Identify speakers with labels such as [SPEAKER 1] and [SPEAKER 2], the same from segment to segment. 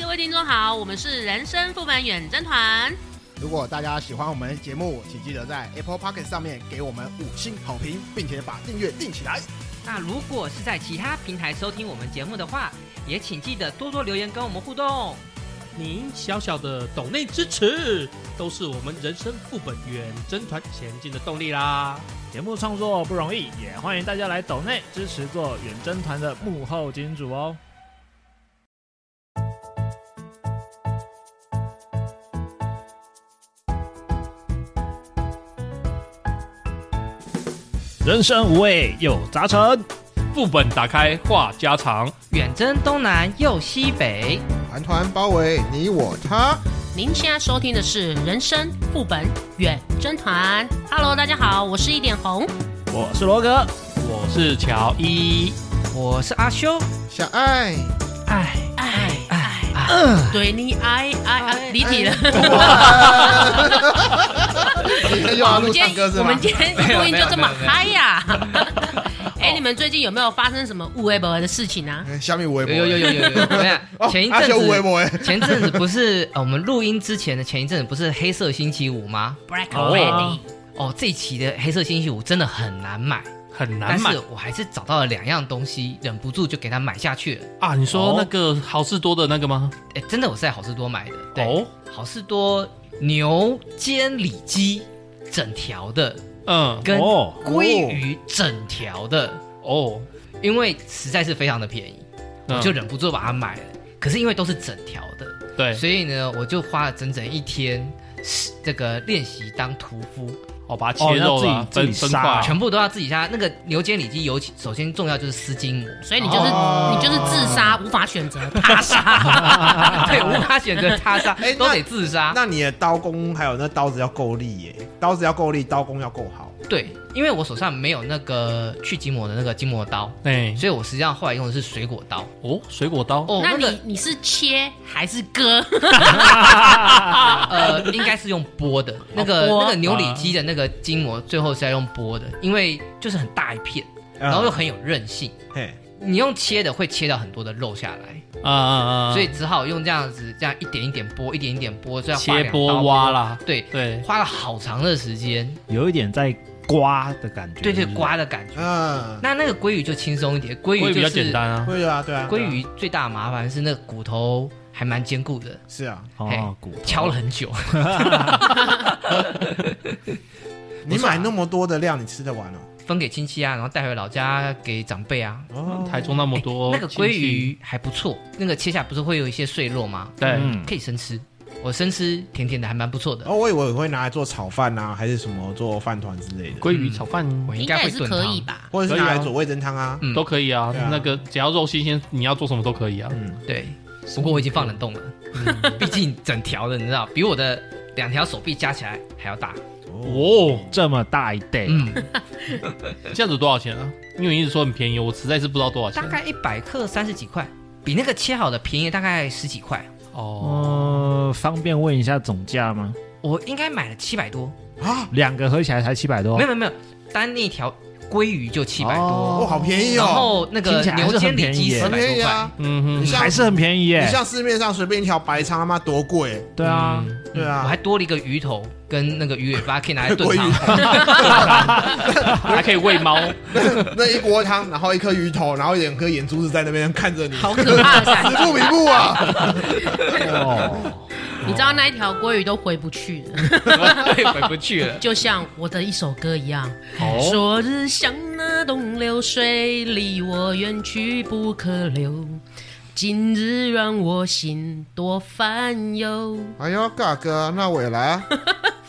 [SPEAKER 1] 各位听众好，我们是人生副本远征团。
[SPEAKER 2] 如果大家喜欢我们节目，请记得在 Apple p o c k e t 上面给我们五星好评，并且把订阅订起来。
[SPEAKER 3] 那如果是在其他平台收听我们节目的话，也请记得多多留言跟我们互动。哦
[SPEAKER 4] 您小小的抖内支持，都是我们人生副本远征团前进的动力啦。
[SPEAKER 5] 节目创作不容易，也欢迎大家来抖内支持做远征团的幕后金主哦。人生无味有杂陈，
[SPEAKER 4] 副本打开话家常，
[SPEAKER 3] 远征东南又西北，
[SPEAKER 2] 团团包围你我他，
[SPEAKER 1] 您现在收听的是人生副本远征团。Hello，大家好，我是一点红。
[SPEAKER 5] 我是罗哥。
[SPEAKER 4] 我是乔伊。
[SPEAKER 3] 我是阿修。
[SPEAKER 2] 小爱，
[SPEAKER 3] 哎，
[SPEAKER 1] 哎哎，
[SPEAKER 3] 嗯，
[SPEAKER 1] 对你哎哎哎，离题了。
[SPEAKER 2] 今天又
[SPEAKER 1] 哇我
[SPEAKER 2] 要录
[SPEAKER 1] 们今
[SPEAKER 2] 唱
[SPEAKER 1] 天
[SPEAKER 2] 哎歌是
[SPEAKER 1] 我
[SPEAKER 2] 吗
[SPEAKER 1] 们？今天录音就这么
[SPEAKER 3] 没有没有没有
[SPEAKER 1] 嗨呀！哎，你们最近有没有发生什么误会不的事情啊？
[SPEAKER 2] 哎小米微博，
[SPEAKER 4] 哎
[SPEAKER 3] 有有有有有有，我想
[SPEAKER 2] 哦，
[SPEAKER 3] 前一
[SPEAKER 2] 阿
[SPEAKER 3] 阵
[SPEAKER 2] 修微
[SPEAKER 3] 子，
[SPEAKER 2] 博哎，
[SPEAKER 3] 前阵子不是 呃我们录音之前的前一阵子不是黑色星期五吗？
[SPEAKER 1] Black
[SPEAKER 4] 哦
[SPEAKER 1] Friday，
[SPEAKER 3] 哦，这一期的黑色星期五真的很难买，
[SPEAKER 4] 很
[SPEAKER 3] 但
[SPEAKER 4] 难买
[SPEAKER 3] 是我还是找到了两样东西，忍不住就给它买下去了。
[SPEAKER 4] 啊！你说
[SPEAKER 5] 哦
[SPEAKER 4] 那个好事多的那个吗？
[SPEAKER 3] 哎，真的我是在好事多买的，对，
[SPEAKER 4] 哦，
[SPEAKER 3] 好事多牛肩里脊整条的，
[SPEAKER 4] 嗯，
[SPEAKER 3] 跟
[SPEAKER 5] 哦
[SPEAKER 3] 鲑鱼整条的，
[SPEAKER 4] 哦，
[SPEAKER 3] 因为实在是非常的便宜，
[SPEAKER 4] 嗯
[SPEAKER 3] 我就忍不住把它买了。可是因为都是整条的，
[SPEAKER 2] 哎
[SPEAKER 4] 对，
[SPEAKER 3] 所以呢，我就花了整整一天，是这个练习当屠夫，
[SPEAKER 4] 哦，把它切肉
[SPEAKER 5] 哦
[SPEAKER 4] 啦，
[SPEAKER 5] 要自己
[SPEAKER 4] 分
[SPEAKER 5] 自己
[SPEAKER 4] 分
[SPEAKER 5] 杀
[SPEAKER 4] 块
[SPEAKER 5] 啊，
[SPEAKER 3] 全部都要自己杀。那个牛肩里脊尤其首先重要就是丝巾膜，
[SPEAKER 1] 所以你就是
[SPEAKER 2] 哦
[SPEAKER 1] 你就是自杀，无法选择他杀。
[SPEAKER 3] 对，无法选择他杀
[SPEAKER 2] 哎，那
[SPEAKER 3] 都得自杀。
[SPEAKER 2] 那你的刀工还有那刀子要够力耶，刀子要够力，刀工要够好。
[SPEAKER 3] 对，因为我手上没有那个去筋膜的那个筋膜刀，
[SPEAKER 4] 哎，
[SPEAKER 3] 所以我实际上后来用的是水果刀。
[SPEAKER 4] 哦，水果刀，
[SPEAKER 3] 哦，
[SPEAKER 1] 那
[SPEAKER 3] 那个
[SPEAKER 1] 你你是切还是割？
[SPEAKER 3] 呃，应该是用剥
[SPEAKER 2] 哦
[SPEAKER 3] 的，那个
[SPEAKER 1] 剥
[SPEAKER 3] 那个牛里脊的那个筋膜，最后是要用剥的，因为就是很大一片，然后又
[SPEAKER 2] 嗯
[SPEAKER 3] 很有韧性。
[SPEAKER 2] 嘿，
[SPEAKER 3] 你用切的会切到很多的肉下来，
[SPEAKER 4] 啊啊
[SPEAKER 2] 嗯
[SPEAKER 4] 啊！
[SPEAKER 3] 所以只好用这样子，这样一点一点剥，一点一点剥，这样
[SPEAKER 4] 切剥挖。啦，
[SPEAKER 3] 哦对，
[SPEAKER 4] 对，
[SPEAKER 3] 花了好长的时
[SPEAKER 2] 嗯
[SPEAKER 3] 间，
[SPEAKER 5] 有一点在刮的感觉，
[SPEAKER 3] 对对，
[SPEAKER 5] 是不是
[SPEAKER 3] 刮的感觉。
[SPEAKER 2] 嗯，
[SPEAKER 3] 那那个鲑鱼就轻松一点，鲑
[SPEAKER 4] 我
[SPEAKER 3] 鱼
[SPEAKER 4] 也比
[SPEAKER 3] 就
[SPEAKER 4] 较
[SPEAKER 3] 是
[SPEAKER 4] 简单啊。
[SPEAKER 2] 对啊，对啊，
[SPEAKER 3] 鲑
[SPEAKER 2] 对啊
[SPEAKER 3] 鱼最大的麻烦是那个骨头还蛮坚固的，
[SPEAKER 2] 是啊，
[SPEAKER 3] 嘿
[SPEAKER 5] 哦，骨头
[SPEAKER 3] 敲了很久。
[SPEAKER 2] 你买那么多的量，你吃得完哦？
[SPEAKER 3] 分给亲戚啊，然后带回老家给长辈啊。
[SPEAKER 2] 哦，
[SPEAKER 4] 台中那么多
[SPEAKER 3] 那个
[SPEAKER 4] 亲
[SPEAKER 3] 鲑
[SPEAKER 4] 戚
[SPEAKER 3] 鱼还不错，那个切下不是会有一些碎肉吗？
[SPEAKER 4] 对，
[SPEAKER 5] 嗯
[SPEAKER 3] 可以生吃，我生吃甜甜的，还蛮不错的。
[SPEAKER 2] 哦，我以为我会拿来做炒饭啊，还是什么做饭团之类的，
[SPEAKER 4] 鲑鱼炒饭
[SPEAKER 3] 我应
[SPEAKER 1] 应
[SPEAKER 3] 该
[SPEAKER 1] 该
[SPEAKER 3] 会
[SPEAKER 1] 也是
[SPEAKER 3] 炖
[SPEAKER 1] 可以
[SPEAKER 3] 汤。
[SPEAKER 1] 吧？
[SPEAKER 2] 或者是拿
[SPEAKER 4] 可
[SPEAKER 2] 来
[SPEAKER 4] 以啊
[SPEAKER 2] 做味噌汤啊。
[SPEAKER 3] 嗯
[SPEAKER 4] 都可以啊
[SPEAKER 2] 对啊。
[SPEAKER 4] 那个只要肉新鲜，你要做什么都可以啊。
[SPEAKER 2] 嗯，
[SPEAKER 3] 对，不过我已经放冷冻了， 嗯毕竟整条的，你知道，比我的两条手臂加起来还要大。
[SPEAKER 4] 哦，
[SPEAKER 5] 这么大一袋，
[SPEAKER 3] 嗯，
[SPEAKER 4] 这样子多少钱啊？因为你一直说很便宜，我实在是不知道多少 钱
[SPEAKER 3] 大。概一百克三十几块，比那个切好的便宜大概十几块。
[SPEAKER 4] 哦，
[SPEAKER 5] 呃，方便问一下总价吗？
[SPEAKER 3] 我应该买了七百多，
[SPEAKER 2] 啊，
[SPEAKER 5] 两个合起来才七百多
[SPEAKER 3] 没，有没有没有，单那条鲑鱼就七百多，
[SPEAKER 2] 哦，好便宜
[SPEAKER 3] 然
[SPEAKER 2] 哦，
[SPEAKER 3] 后那个
[SPEAKER 5] 听起来还
[SPEAKER 3] 牛
[SPEAKER 5] 是
[SPEAKER 3] 肩
[SPEAKER 5] 很
[SPEAKER 3] 里
[SPEAKER 5] 便宜
[SPEAKER 3] 脊
[SPEAKER 5] 耶
[SPEAKER 3] 四
[SPEAKER 2] 很
[SPEAKER 3] 百
[SPEAKER 2] 便宜
[SPEAKER 3] 多块哎
[SPEAKER 2] 啊。。
[SPEAKER 4] 嗯
[SPEAKER 2] 你
[SPEAKER 4] 哼，
[SPEAKER 2] 像
[SPEAKER 5] 还是很便宜
[SPEAKER 2] 你
[SPEAKER 5] 耶。
[SPEAKER 2] 像市面上随便一条白鲳，他妈多贵？
[SPEAKER 5] 对 啊，
[SPEAKER 4] 嗯
[SPEAKER 2] 对
[SPEAKER 3] 我
[SPEAKER 2] 啊
[SPEAKER 3] 还，多了一个鱼头跟那个鱼尾巴，可以拿来炖
[SPEAKER 2] 鲑鱼。
[SPEAKER 3] 汤
[SPEAKER 4] 还可以喂猫，
[SPEAKER 2] 那一锅汤，然后一颗鱼头，然后两颗眼珠子在那边看着你，
[SPEAKER 1] 好可怕的感
[SPEAKER 2] 死
[SPEAKER 1] 觉！
[SPEAKER 2] 不瞑目啊！
[SPEAKER 5] 哦，
[SPEAKER 1] 你知道那一条鲑鱼都回不去了，
[SPEAKER 3] 对，回不去了。
[SPEAKER 1] 就像我的一首歌一样。
[SPEAKER 4] 哦，
[SPEAKER 1] 昨日像那东流水，离我远去不可留。今日让我心多烦忧。
[SPEAKER 2] 哎呦，嘎哥，那我也来啊！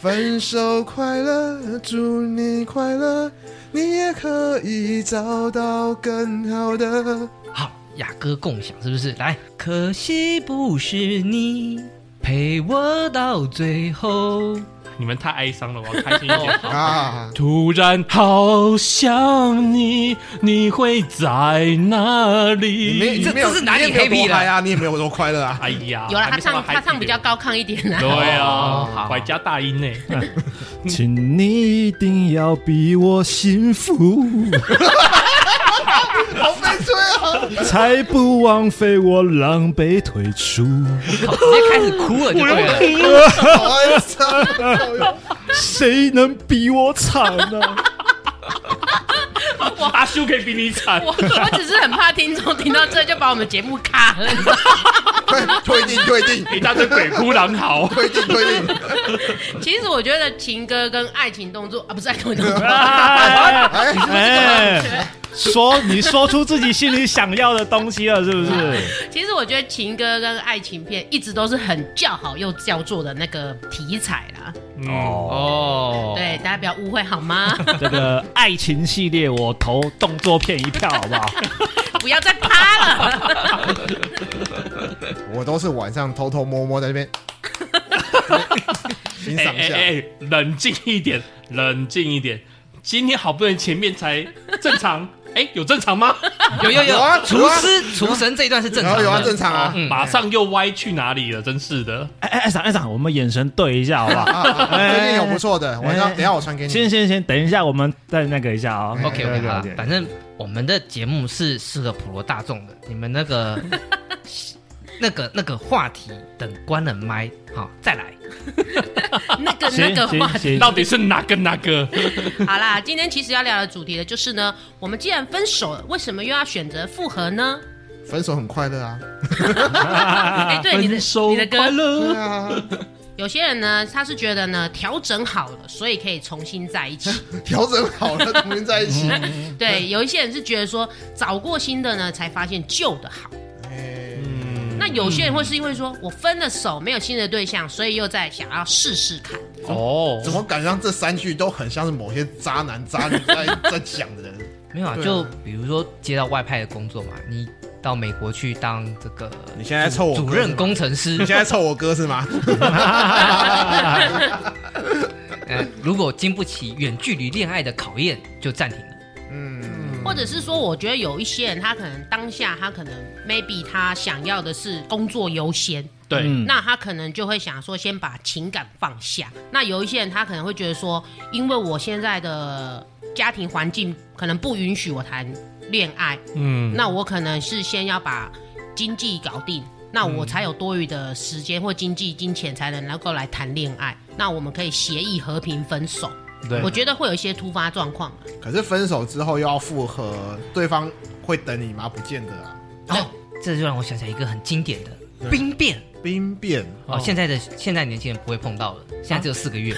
[SPEAKER 2] 分手快乐，祝你快乐，你也可以找到更好的。
[SPEAKER 3] 好，雅歌共享是不是？来，可惜不是你陪我到最后。
[SPEAKER 4] 你们太哀伤了，我要开心一点。
[SPEAKER 2] 啊，
[SPEAKER 4] 哦突然好想你，你会在哪
[SPEAKER 2] 你没
[SPEAKER 4] 里？
[SPEAKER 2] 你没有
[SPEAKER 3] 这是哪里
[SPEAKER 2] 你也没有多
[SPEAKER 3] happy 了
[SPEAKER 2] 嗨啊？你也没有多快 乐啊？
[SPEAKER 4] 哎呀，
[SPEAKER 1] 有了，
[SPEAKER 4] 还
[SPEAKER 1] 他
[SPEAKER 4] 没到
[SPEAKER 1] 唱他
[SPEAKER 4] happy
[SPEAKER 1] 唱比较
[SPEAKER 4] 点。
[SPEAKER 1] 高亢一点啦。
[SPEAKER 4] 对
[SPEAKER 3] 哦好
[SPEAKER 4] 啊，
[SPEAKER 3] 好
[SPEAKER 4] 百家大音呢。
[SPEAKER 5] 请你一定要比我幸福。
[SPEAKER 2] 好悲催啊！
[SPEAKER 6] 才不枉费我狼狈退出。
[SPEAKER 3] 靠直接开始哭了就对
[SPEAKER 4] 啊
[SPEAKER 3] 了。
[SPEAKER 2] 好啊哀 伤，
[SPEAKER 6] 谁能比我惨呢、
[SPEAKER 5] 阿修可以比你惨。
[SPEAKER 1] 我我只是很怕听众听到这就把我们节目卡了。
[SPEAKER 2] 快退订退订，
[SPEAKER 5] 一大堆鬼哭狼嚎
[SPEAKER 2] 退订退订，
[SPEAKER 1] 其实我觉得情歌跟爱情动作啊，不是爱情动作，
[SPEAKER 6] 哎哎，说你说出自己心里想要的东西了，是不是？
[SPEAKER 1] 其实我觉得情歌跟爱情片一直都是很叫好又叫座的那个题材啦。
[SPEAKER 6] 哦，
[SPEAKER 3] 哦，
[SPEAKER 1] 对，大家不要误会好吗？
[SPEAKER 6] 这个爱情系列我投动作片一票，好不好？
[SPEAKER 1] 不要再趴了。
[SPEAKER 2] 我都是晚上偷偷摸摸在那边欣
[SPEAKER 4] 哎
[SPEAKER 2] 赏一
[SPEAKER 4] 哎
[SPEAKER 2] 下。
[SPEAKER 4] 哎，冷静一点，冷静一点。今天好不容易前面才正常， 哎，有正常吗？
[SPEAKER 3] 有有
[SPEAKER 2] 有啊
[SPEAKER 3] 有，
[SPEAKER 2] 有
[SPEAKER 3] 厨
[SPEAKER 2] 啊
[SPEAKER 3] 师厨神这一段是正
[SPEAKER 2] 然
[SPEAKER 3] 常
[SPEAKER 2] 后
[SPEAKER 3] 的，
[SPEAKER 2] 有啊，正常啊。
[SPEAKER 3] 嗯
[SPEAKER 4] 马上又歪去哪里了？真是的，
[SPEAKER 6] 哎哎，哎长哎长，我们眼神对一下，好不
[SPEAKER 2] 啊
[SPEAKER 6] 好？
[SPEAKER 2] 啊啊最近有不错的，
[SPEAKER 6] 哎
[SPEAKER 2] 晚上等一下我传给 你。
[SPEAKER 6] 先先先，等一下，我们再那个一下啊、
[SPEAKER 2] 哎
[SPEAKER 3] OK OK 好啦
[SPEAKER 6] 对，
[SPEAKER 3] 反正我们的节目是适合普罗大众的，你们那个那个那个话题等关了麦，好再来。
[SPEAKER 1] 那个 那
[SPEAKER 6] 行
[SPEAKER 1] 个话
[SPEAKER 6] 行
[SPEAKER 1] 题。
[SPEAKER 6] 行，
[SPEAKER 4] 到底是哪个哪个？
[SPEAKER 1] 好啦，今天其实要聊的主题的就是呢，我们既然分手了，为什么又要选择复合呢？
[SPEAKER 2] 分手很快乐啊，
[SPEAKER 6] 啊
[SPEAKER 1] 哎、对，你的你的歌，
[SPEAKER 2] 对
[SPEAKER 4] 乐，
[SPEAKER 2] 啊，
[SPEAKER 1] 有些人呢，他是觉得呢调整好了，所以可以重新在 一起。
[SPEAKER 2] 调整好了，重新在一起。
[SPEAKER 1] 对，有一些人是觉得说找过新的呢，才发现旧的好。
[SPEAKER 2] 哎
[SPEAKER 6] 嗯
[SPEAKER 1] 那有些人会是因为说我分了手，没有新的对象，所以又在想要试试看。
[SPEAKER 4] 哦，
[SPEAKER 2] 怎么感觉上这三句都很像是某些渣男渣女在在讲的人？
[SPEAKER 3] 没有啊，
[SPEAKER 2] 对啊
[SPEAKER 3] 就比如说接到外派的工作嘛，你到美国去当这个
[SPEAKER 2] 你现在凑我
[SPEAKER 3] 主任工程师
[SPEAKER 2] 你，现在凑我哥是吗？
[SPEAKER 3] 呃，如果经不起远距离恋爱的考验，就暂停了。
[SPEAKER 2] 嗯，
[SPEAKER 1] 或者是说，我觉得有一些人，他可能当下他可能 maybe 他想要的是工作优先，
[SPEAKER 4] 对，
[SPEAKER 6] 嗯，
[SPEAKER 1] 那他可能就会想说先把情感放下。那有一些人他可能会觉得说，因为我现在的家庭环境可能不允许我谈恋爱，
[SPEAKER 4] 嗯，
[SPEAKER 1] 那我可能是先要把经济搞定，那我才有多余的时间或经济金钱才能能够来谈恋爱。那我们可以协议和平分手。
[SPEAKER 4] 对
[SPEAKER 1] 我觉得会有一些突发状况啊。
[SPEAKER 2] 可是分手之后又要复合，对方会等你吗？不见得啊。
[SPEAKER 3] 哦，这就让我想起来一个很经典的兵变
[SPEAKER 2] 兵变，
[SPEAKER 3] 哦，现在的现在年轻人不会碰到了，现在只有四个月，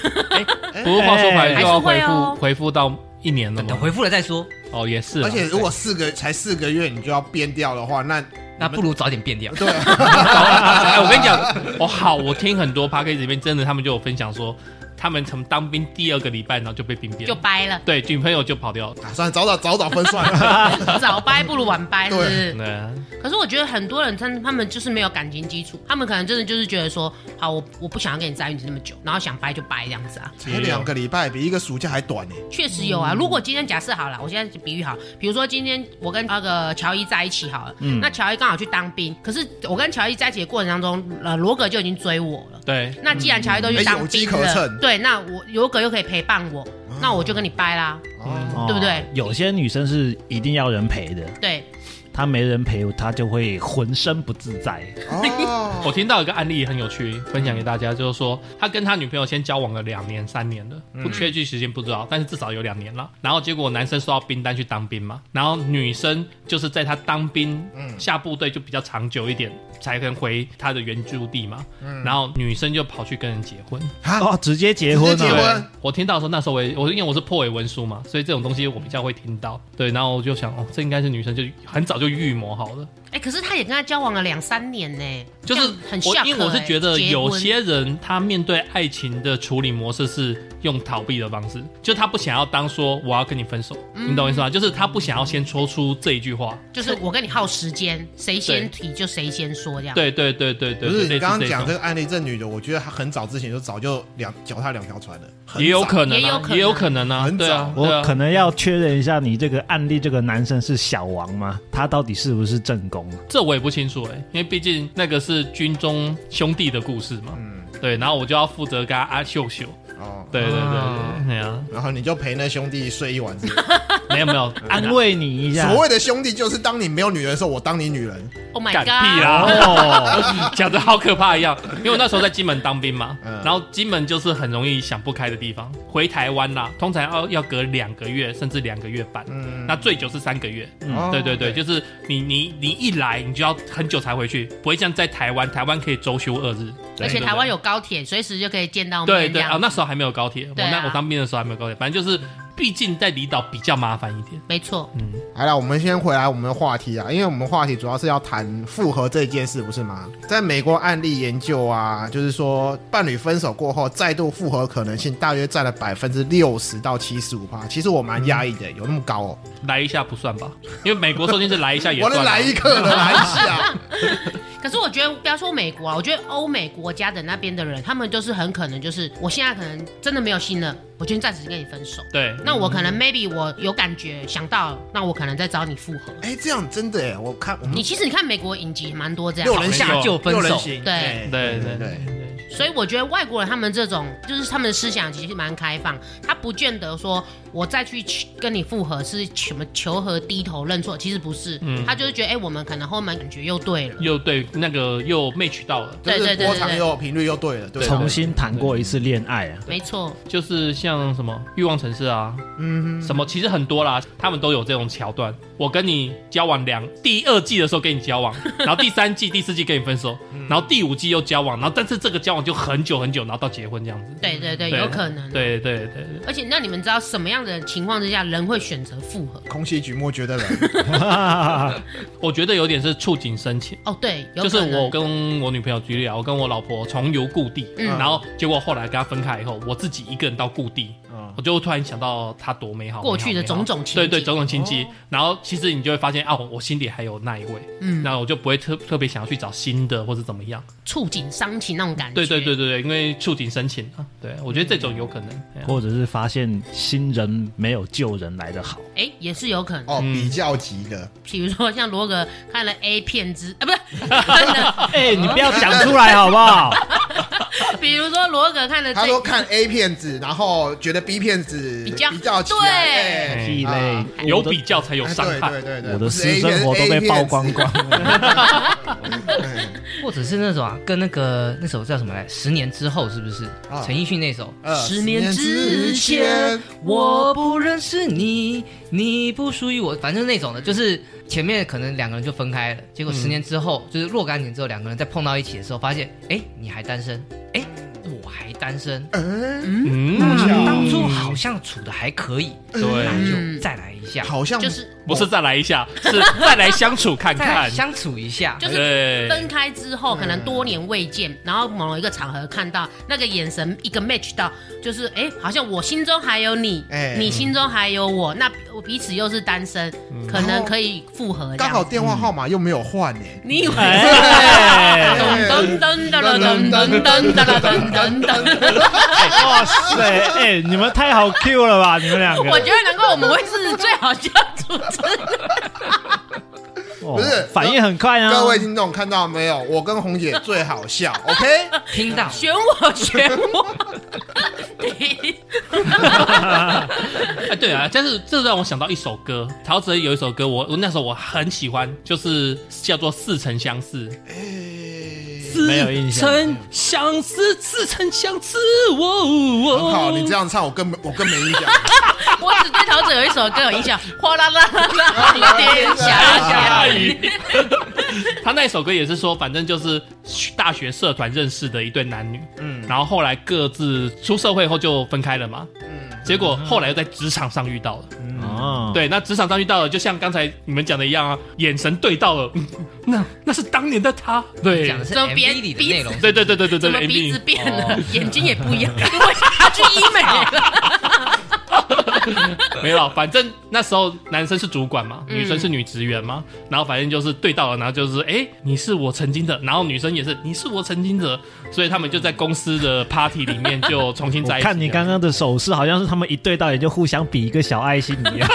[SPEAKER 4] 不过话说回来，
[SPEAKER 1] 哎
[SPEAKER 4] 又要
[SPEAKER 1] 还
[SPEAKER 4] 回
[SPEAKER 1] 是会哦
[SPEAKER 4] 复回复到一年了
[SPEAKER 3] 等等
[SPEAKER 4] 吗？
[SPEAKER 3] 回复了再说，
[SPEAKER 4] 哦，也是啊，
[SPEAKER 2] 而且 如果四个才四个月你就要变掉的话，那
[SPEAKER 3] 那不如早点变掉。
[SPEAKER 2] 对啊，
[SPEAKER 4] 哎，我跟你讲，我好，我听很多 p a c k a g e 里面真的，他们就有分享说，他们从当兵第二个礼拜，然后就被兵变，
[SPEAKER 1] 就掰了，
[SPEAKER 4] 对，女朋友就跑掉了。
[SPEAKER 2] 打算早早早早分算啊了。
[SPEAKER 1] 早掰不如晚掰，是不是？
[SPEAKER 4] 对啊，
[SPEAKER 1] 可是我觉得很多人他他们就是没有感情基础，他们可能真的就是觉得说，好，我我不想要跟你在一起那么久，然后想掰就掰这样子啊。
[SPEAKER 2] 才两个礼拜，比一个暑假还短呢。
[SPEAKER 1] 确实有啊。
[SPEAKER 4] 嗯
[SPEAKER 1] 如果今天假设好了，我现在比喻好，比如说今天我跟那个乔伊在一起好了，
[SPEAKER 4] 嗯
[SPEAKER 1] 那乔伊刚好去当兵，可是我跟乔伊在一起的过程当中，呃，罗格就已经追我了。
[SPEAKER 4] 对，
[SPEAKER 1] 那既然乔伊
[SPEAKER 4] 嗯
[SPEAKER 1] 都去
[SPEAKER 2] 哎
[SPEAKER 1] 当
[SPEAKER 2] 有机
[SPEAKER 1] 兵
[SPEAKER 2] 可
[SPEAKER 1] 了，
[SPEAKER 2] 乘
[SPEAKER 1] 对，那我罗格又可以陪伴我，
[SPEAKER 4] 啊
[SPEAKER 1] 那我就跟你掰啦。
[SPEAKER 2] 哦，
[SPEAKER 6] 哦
[SPEAKER 1] 对不对
[SPEAKER 6] 有些女生是一定要人陪的，
[SPEAKER 1] 对，
[SPEAKER 6] 她没人陪，她就会浑身不自在。
[SPEAKER 4] 我
[SPEAKER 2] 哦，
[SPEAKER 4] 听到一个案例很有趣，分享给大家，就是说他跟他女朋友先交往了两年、三年了，
[SPEAKER 2] 嗯
[SPEAKER 4] 不确切时间不知道，但是至少有两年了。然后结果男生收到兵单去当兵嘛，然后女生就是在他当兵
[SPEAKER 2] 嗯
[SPEAKER 4] 下部队就比较长久一点，才能回他的原住地嘛。
[SPEAKER 2] 嗯
[SPEAKER 4] 然后女生就跑去跟人结婚。
[SPEAKER 2] 啊，
[SPEAKER 6] 哦，直接结婚
[SPEAKER 2] 直接结
[SPEAKER 6] 了、
[SPEAKER 2] 婚
[SPEAKER 4] 对，我听到的时候，那时候我也我因为我是破尾文书嘛，所以这种东西我比较会听到。对，然后我就想，哦，这应该是女生就很早就预谋好了。
[SPEAKER 1] 哎，可是他也跟他交往了两三年呢，
[SPEAKER 4] 就是
[SPEAKER 1] 这样很
[SPEAKER 4] 我，
[SPEAKER 1] shock
[SPEAKER 4] 因为我是
[SPEAKER 1] 欸
[SPEAKER 4] 觉得
[SPEAKER 1] 结
[SPEAKER 4] 有
[SPEAKER 1] 婚
[SPEAKER 4] 些人他面对爱情的处理模式是用逃避的方式，就他不想要当说我要跟你分手，
[SPEAKER 1] 嗯
[SPEAKER 4] 你懂我意思吗？就是他不想要先说出这一句话。
[SPEAKER 1] 就是我跟你耗时间，谁先
[SPEAKER 4] 对
[SPEAKER 1] 提就谁先说这样。
[SPEAKER 4] 对对对对对，
[SPEAKER 2] 不是
[SPEAKER 4] 对
[SPEAKER 2] 你刚刚讲这
[SPEAKER 4] 类似
[SPEAKER 2] 个案例，这女的，我觉得她很早之前就早就两脚踏两条船了，很
[SPEAKER 4] 这种也有
[SPEAKER 2] 早
[SPEAKER 4] 可能
[SPEAKER 1] 也有
[SPEAKER 4] 啊
[SPEAKER 1] 可，能
[SPEAKER 4] 也有可能啊，
[SPEAKER 2] 很早
[SPEAKER 4] 对啊，对
[SPEAKER 6] 我可
[SPEAKER 4] 啊。
[SPEAKER 6] 能要确认一下，你这个案例，这个男生是小王吗？他到底是不是正宫？
[SPEAKER 4] 这我也不清楚哎、因为毕竟
[SPEAKER 2] 嗯
[SPEAKER 4] 啊那个是军中兄弟的故事嘛，对，然后我就要负责跟他阿秀秀，
[SPEAKER 2] 哦，
[SPEAKER 4] 对对对
[SPEAKER 3] 啊
[SPEAKER 4] 对，哎呀，
[SPEAKER 2] 然后你就陪那兄弟睡一晚 之类的。
[SPEAKER 4] 没有没有，
[SPEAKER 6] 安慰你一下。
[SPEAKER 2] 啊所谓的兄弟，就是当你没有女人的时候，我当你女人。
[SPEAKER 1] Oh my
[SPEAKER 4] 干
[SPEAKER 1] god！
[SPEAKER 4] 屁啊啦！ 讲的好可怕一样，因为我那时候在金门当兵嘛
[SPEAKER 2] 哦 嗯，
[SPEAKER 4] 然后金门就是很容易想不开的地方。回台湾啦，通常要要隔两个月甚至两个月半，
[SPEAKER 2] 嗯，
[SPEAKER 4] 那最久是三个月。
[SPEAKER 2] 哦
[SPEAKER 4] 嗯对对对，就是你你你一来，你就要很久才回去，不会像在台湾，台湾可以周休二日，
[SPEAKER 1] 而且
[SPEAKER 4] 对
[SPEAKER 1] 台湾。有高铁，随时就可以见到
[SPEAKER 4] 对对
[SPEAKER 1] 面这
[SPEAKER 4] 对啊，
[SPEAKER 1] 样。
[SPEAKER 4] 那时候还没有高铁，我
[SPEAKER 1] 对啊
[SPEAKER 4] 那我当兵的时候还没有高铁，反正就是，毕竟在离岛比较麻烦一点。
[SPEAKER 1] 没错，
[SPEAKER 4] 嗯，
[SPEAKER 2] 好了，我们先回来我们的话题啊，因为我们话题主要是要谈复合这件事，不是吗？在美国案例研究啊，就是说伴侣分手过后再度复合可能性大约占了百分之六十到七十五趴。其实我蛮压抑的，有那么高哦？
[SPEAKER 4] 来一下不算吧，因为美国说不定是来一下 也
[SPEAKER 2] 我
[SPEAKER 4] 算啊。
[SPEAKER 2] 能来一个了，来一啊 下。
[SPEAKER 1] 可是我觉得不要说美国啊，我觉得欧美国家的那边的人，他们就是很可能就是，我现在可能真的没有信任，我今天暂时跟你分手。
[SPEAKER 4] 对，
[SPEAKER 1] 那我可
[SPEAKER 4] 嗯
[SPEAKER 1] 能 maybe 我有感觉想到，那我可能再找你复合。
[SPEAKER 2] 哎，这样真的哎，我看我们
[SPEAKER 1] 你其实你看美国影集蛮多这
[SPEAKER 2] 六
[SPEAKER 1] 样，
[SPEAKER 2] 人行
[SPEAKER 4] 下
[SPEAKER 3] 就分手
[SPEAKER 2] 六人行
[SPEAKER 1] 对
[SPEAKER 2] 哎
[SPEAKER 4] 对
[SPEAKER 2] 对
[SPEAKER 4] 对对
[SPEAKER 2] 对，
[SPEAKER 1] 所以我觉得外国人他们这种就是他们的思想其实蛮开放，他不见得说我再去跟你复合是什么求和低头认错，其实不是，
[SPEAKER 4] 嗯
[SPEAKER 1] 他就是觉得哎、我们可能后面感觉又对了。
[SPEAKER 4] 又对那个又 match 到了，
[SPEAKER 1] 对
[SPEAKER 2] 就
[SPEAKER 1] 对
[SPEAKER 2] 是
[SPEAKER 1] 对
[SPEAKER 2] 波
[SPEAKER 1] 对
[SPEAKER 2] 长
[SPEAKER 1] 对
[SPEAKER 2] 又频率又对了，对不对啊
[SPEAKER 4] 从
[SPEAKER 6] 重新谈过一次恋爱啊，
[SPEAKER 1] 没错，
[SPEAKER 4] 就是像什么欲望城市啊，
[SPEAKER 2] 嗯
[SPEAKER 4] 什么其实很多啦，他们都有这种桥段。我跟你交往两第二季的时候跟你交往，然后第三季、第四季跟你分手，然后第五季又交往，然后但是这个交往就很久很久，然后到结婚这样子。
[SPEAKER 1] 对对对，
[SPEAKER 4] 对
[SPEAKER 1] 有可能。
[SPEAKER 4] 对对对对，
[SPEAKER 1] 而且那你们知道什么样的情况之下人会选择复合？
[SPEAKER 2] 空气局末觉得冷，
[SPEAKER 4] 我觉得有点是触景生情。
[SPEAKER 1] 哦，对，有
[SPEAKER 4] 就是
[SPEAKER 1] 可能
[SPEAKER 4] 我跟我女朋友举例啊，我跟我老婆重游故地，
[SPEAKER 1] 嗯
[SPEAKER 4] 然后结果后来跟她分开以后，我自己一个人到故地，
[SPEAKER 2] 嗯
[SPEAKER 4] 我就突然想到她多美好，
[SPEAKER 1] 过去的
[SPEAKER 4] 美好
[SPEAKER 1] 种种情
[SPEAKER 4] 对对
[SPEAKER 1] 景哦
[SPEAKER 4] 种种情戚，然后其实你就会发现啊，我我心里还有那一位，
[SPEAKER 1] 嗯，
[SPEAKER 4] 那我就不会特特别想要去找新的或者怎么样。
[SPEAKER 1] 触景伤情那种感觉。
[SPEAKER 4] 对对对对对，因为触景生情啊，对我觉得这种有可能。
[SPEAKER 1] 嗯
[SPEAKER 4] 哎呀
[SPEAKER 6] 或者是发现新人没有旧人来的好，
[SPEAKER 1] 哎，也是有可能。
[SPEAKER 6] 嗯
[SPEAKER 2] 哦，比较急的，
[SPEAKER 1] 比如说像罗格看了 A 片之啊，不 是看了，
[SPEAKER 6] 哎、你不要讲出来好不好？
[SPEAKER 1] 比如说罗格看了
[SPEAKER 2] 他
[SPEAKER 1] 这
[SPEAKER 2] 说看 A 片子，然后觉得 B 片子
[SPEAKER 1] 比较
[SPEAKER 2] 比较起
[SPEAKER 1] 对
[SPEAKER 2] 来 哎
[SPEAKER 6] 屁嘞
[SPEAKER 2] 啊，
[SPEAKER 4] 有
[SPEAKER 6] 我的
[SPEAKER 4] 比较才有伤害。
[SPEAKER 2] 哎对对对对，
[SPEAKER 6] 我
[SPEAKER 2] 不
[SPEAKER 6] 的
[SPEAKER 2] 是
[SPEAKER 6] 私
[SPEAKER 2] A 片
[SPEAKER 6] 生活都被曝光。光了。
[SPEAKER 2] 是 A 片子
[SPEAKER 3] 或者是那种啊，跟那个那首叫什么来，十年之后是不是？
[SPEAKER 2] 啊
[SPEAKER 3] 陈奕迅那首。
[SPEAKER 2] 哎
[SPEAKER 1] 十年之前，
[SPEAKER 3] 我不认识你，你不属于我，反正那种的，就是前面可能两个人就分开了，结果十年之后，就是若干年之后，两个人再碰到一起的时候，发现，哎，你还单身，哎，我还单身，
[SPEAKER 2] 嗯，
[SPEAKER 4] 嗯，
[SPEAKER 3] 当初好像处的还可以，
[SPEAKER 4] 对，
[SPEAKER 3] 那
[SPEAKER 1] 嗯
[SPEAKER 3] 就再来一下，
[SPEAKER 2] 好像
[SPEAKER 1] 就是
[SPEAKER 4] 不是再来一下，是再来相处看
[SPEAKER 3] 再来
[SPEAKER 4] 看。
[SPEAKER 3] 相处一下，
[SPEAKER 1] 就是
[SPEAKER 4] 对，
[SPEAKER 1] 分开之后，可能多年未
[SPEAKER 2] 嗯
[SPEAKER 1] 见，然后某一个场合看到那个眼神一个 match 到，就是哎、诶好像我心中还有你，
[SPEAKER 2] 哎
[SPEAKER 1] 你心中还有我，那我彼此又是单身，可能可以复合这
[SPEAKER 2] 嗯刚好
[SPEAKER 1] 样。
[SPEAKER 2] 电话号码又没有换呢。
[SPEAKER 1] 你以为？
[SPEAKER 6] 哎、
[SPEAKER 1] 噔噔噔噔噔噔噔噔噔噔 噔
[SPEAKER 6] 哇塞，哎、你们太好 Q 了吧，你们两个。
[SPEAKER 1] 我觉得难怪我们会是最好笑主持人。
[SPEAKER 6] 哦
[SPEAKER 2] 不是
[SPEAKER 6] 反应很快啊。
[SPEAKER 2] 各位听众看到没有？我跟红姐最好笑 ，OK？
[SPEAKER 3] 听到
[SPEAKER 1] 选我，选 我。
[SPEAKER 4] 哎，对啊，但是这让我想到一首歌，陶喆有一首歌，我我那时候我很喜欢，就是叫做《似曾相识》。
[SPEAKER 2] 哎
[SPEAKER 6] 没有印
[SPEAKER 4] 似
[SPEAKER 6] 象
[SPEAKER 4] 曾相识，似曾相识，哦我
[SPEAKER 2] 很
[SPEAKER 4] 我。
[SPEAKER 2] 好，你这样唱，我根本我根本没印象。
[SPEAKER 1] 我只对陶喆有一首歌有印象，哗啦啦啦啦，雨 点下下
[SPEAKER 4] 下
[SPEAKER 1] 雨。
[SPEAKER 4] 雨。哎 他那首歌也是说，反正就是大学社团认识的一对男女，嗯，然后后来各自出社会后就分开了嘛，嗯，结果后来又在职场上遇到了，
[SPEAKER 7] 嗯
[SPEAKER 6] 哦，
[SPEAKER 4] 对，那职场上遇到了，就像刚才你们讲的一样啊，眼神对到了，嗯那那是当年的他，对，
[SPEAKER 3] 讲的是
[SPEAKER 1] 怎么
[SPEAKER 3] MV 里的内容，
[SPEAKER 4] 对对对对对
[SPEAKER 1] 怎
[SPEAKER 4] 对
[SPEAKER 1] 么
[SPEAKER 4] 对
[SPEAKER 1] 鼻子
[SPEAKER 4] ，MV
[SPEAKER 1] 变了，哦眼睛也不一样？ 因为他去医 美了。
[SPEAKER 4] 没有，反正那时候男生是主管嘛，
[SPEAKER 1] 嗯
[SPEAKER 4] 女生是女职员嘛，然后反正就是对到了，然后就是哎、诶你是我曾经的，然后女生也是你是我曾经的，所以他们就在公司的 party 里面就重新在
[SPEAKER 6] 我
[SPEAKER 4] 一起了。
[SPEAKER 6] 看你 刚刚的手势，好像是他们一对到也就互相比一个小爱心一样。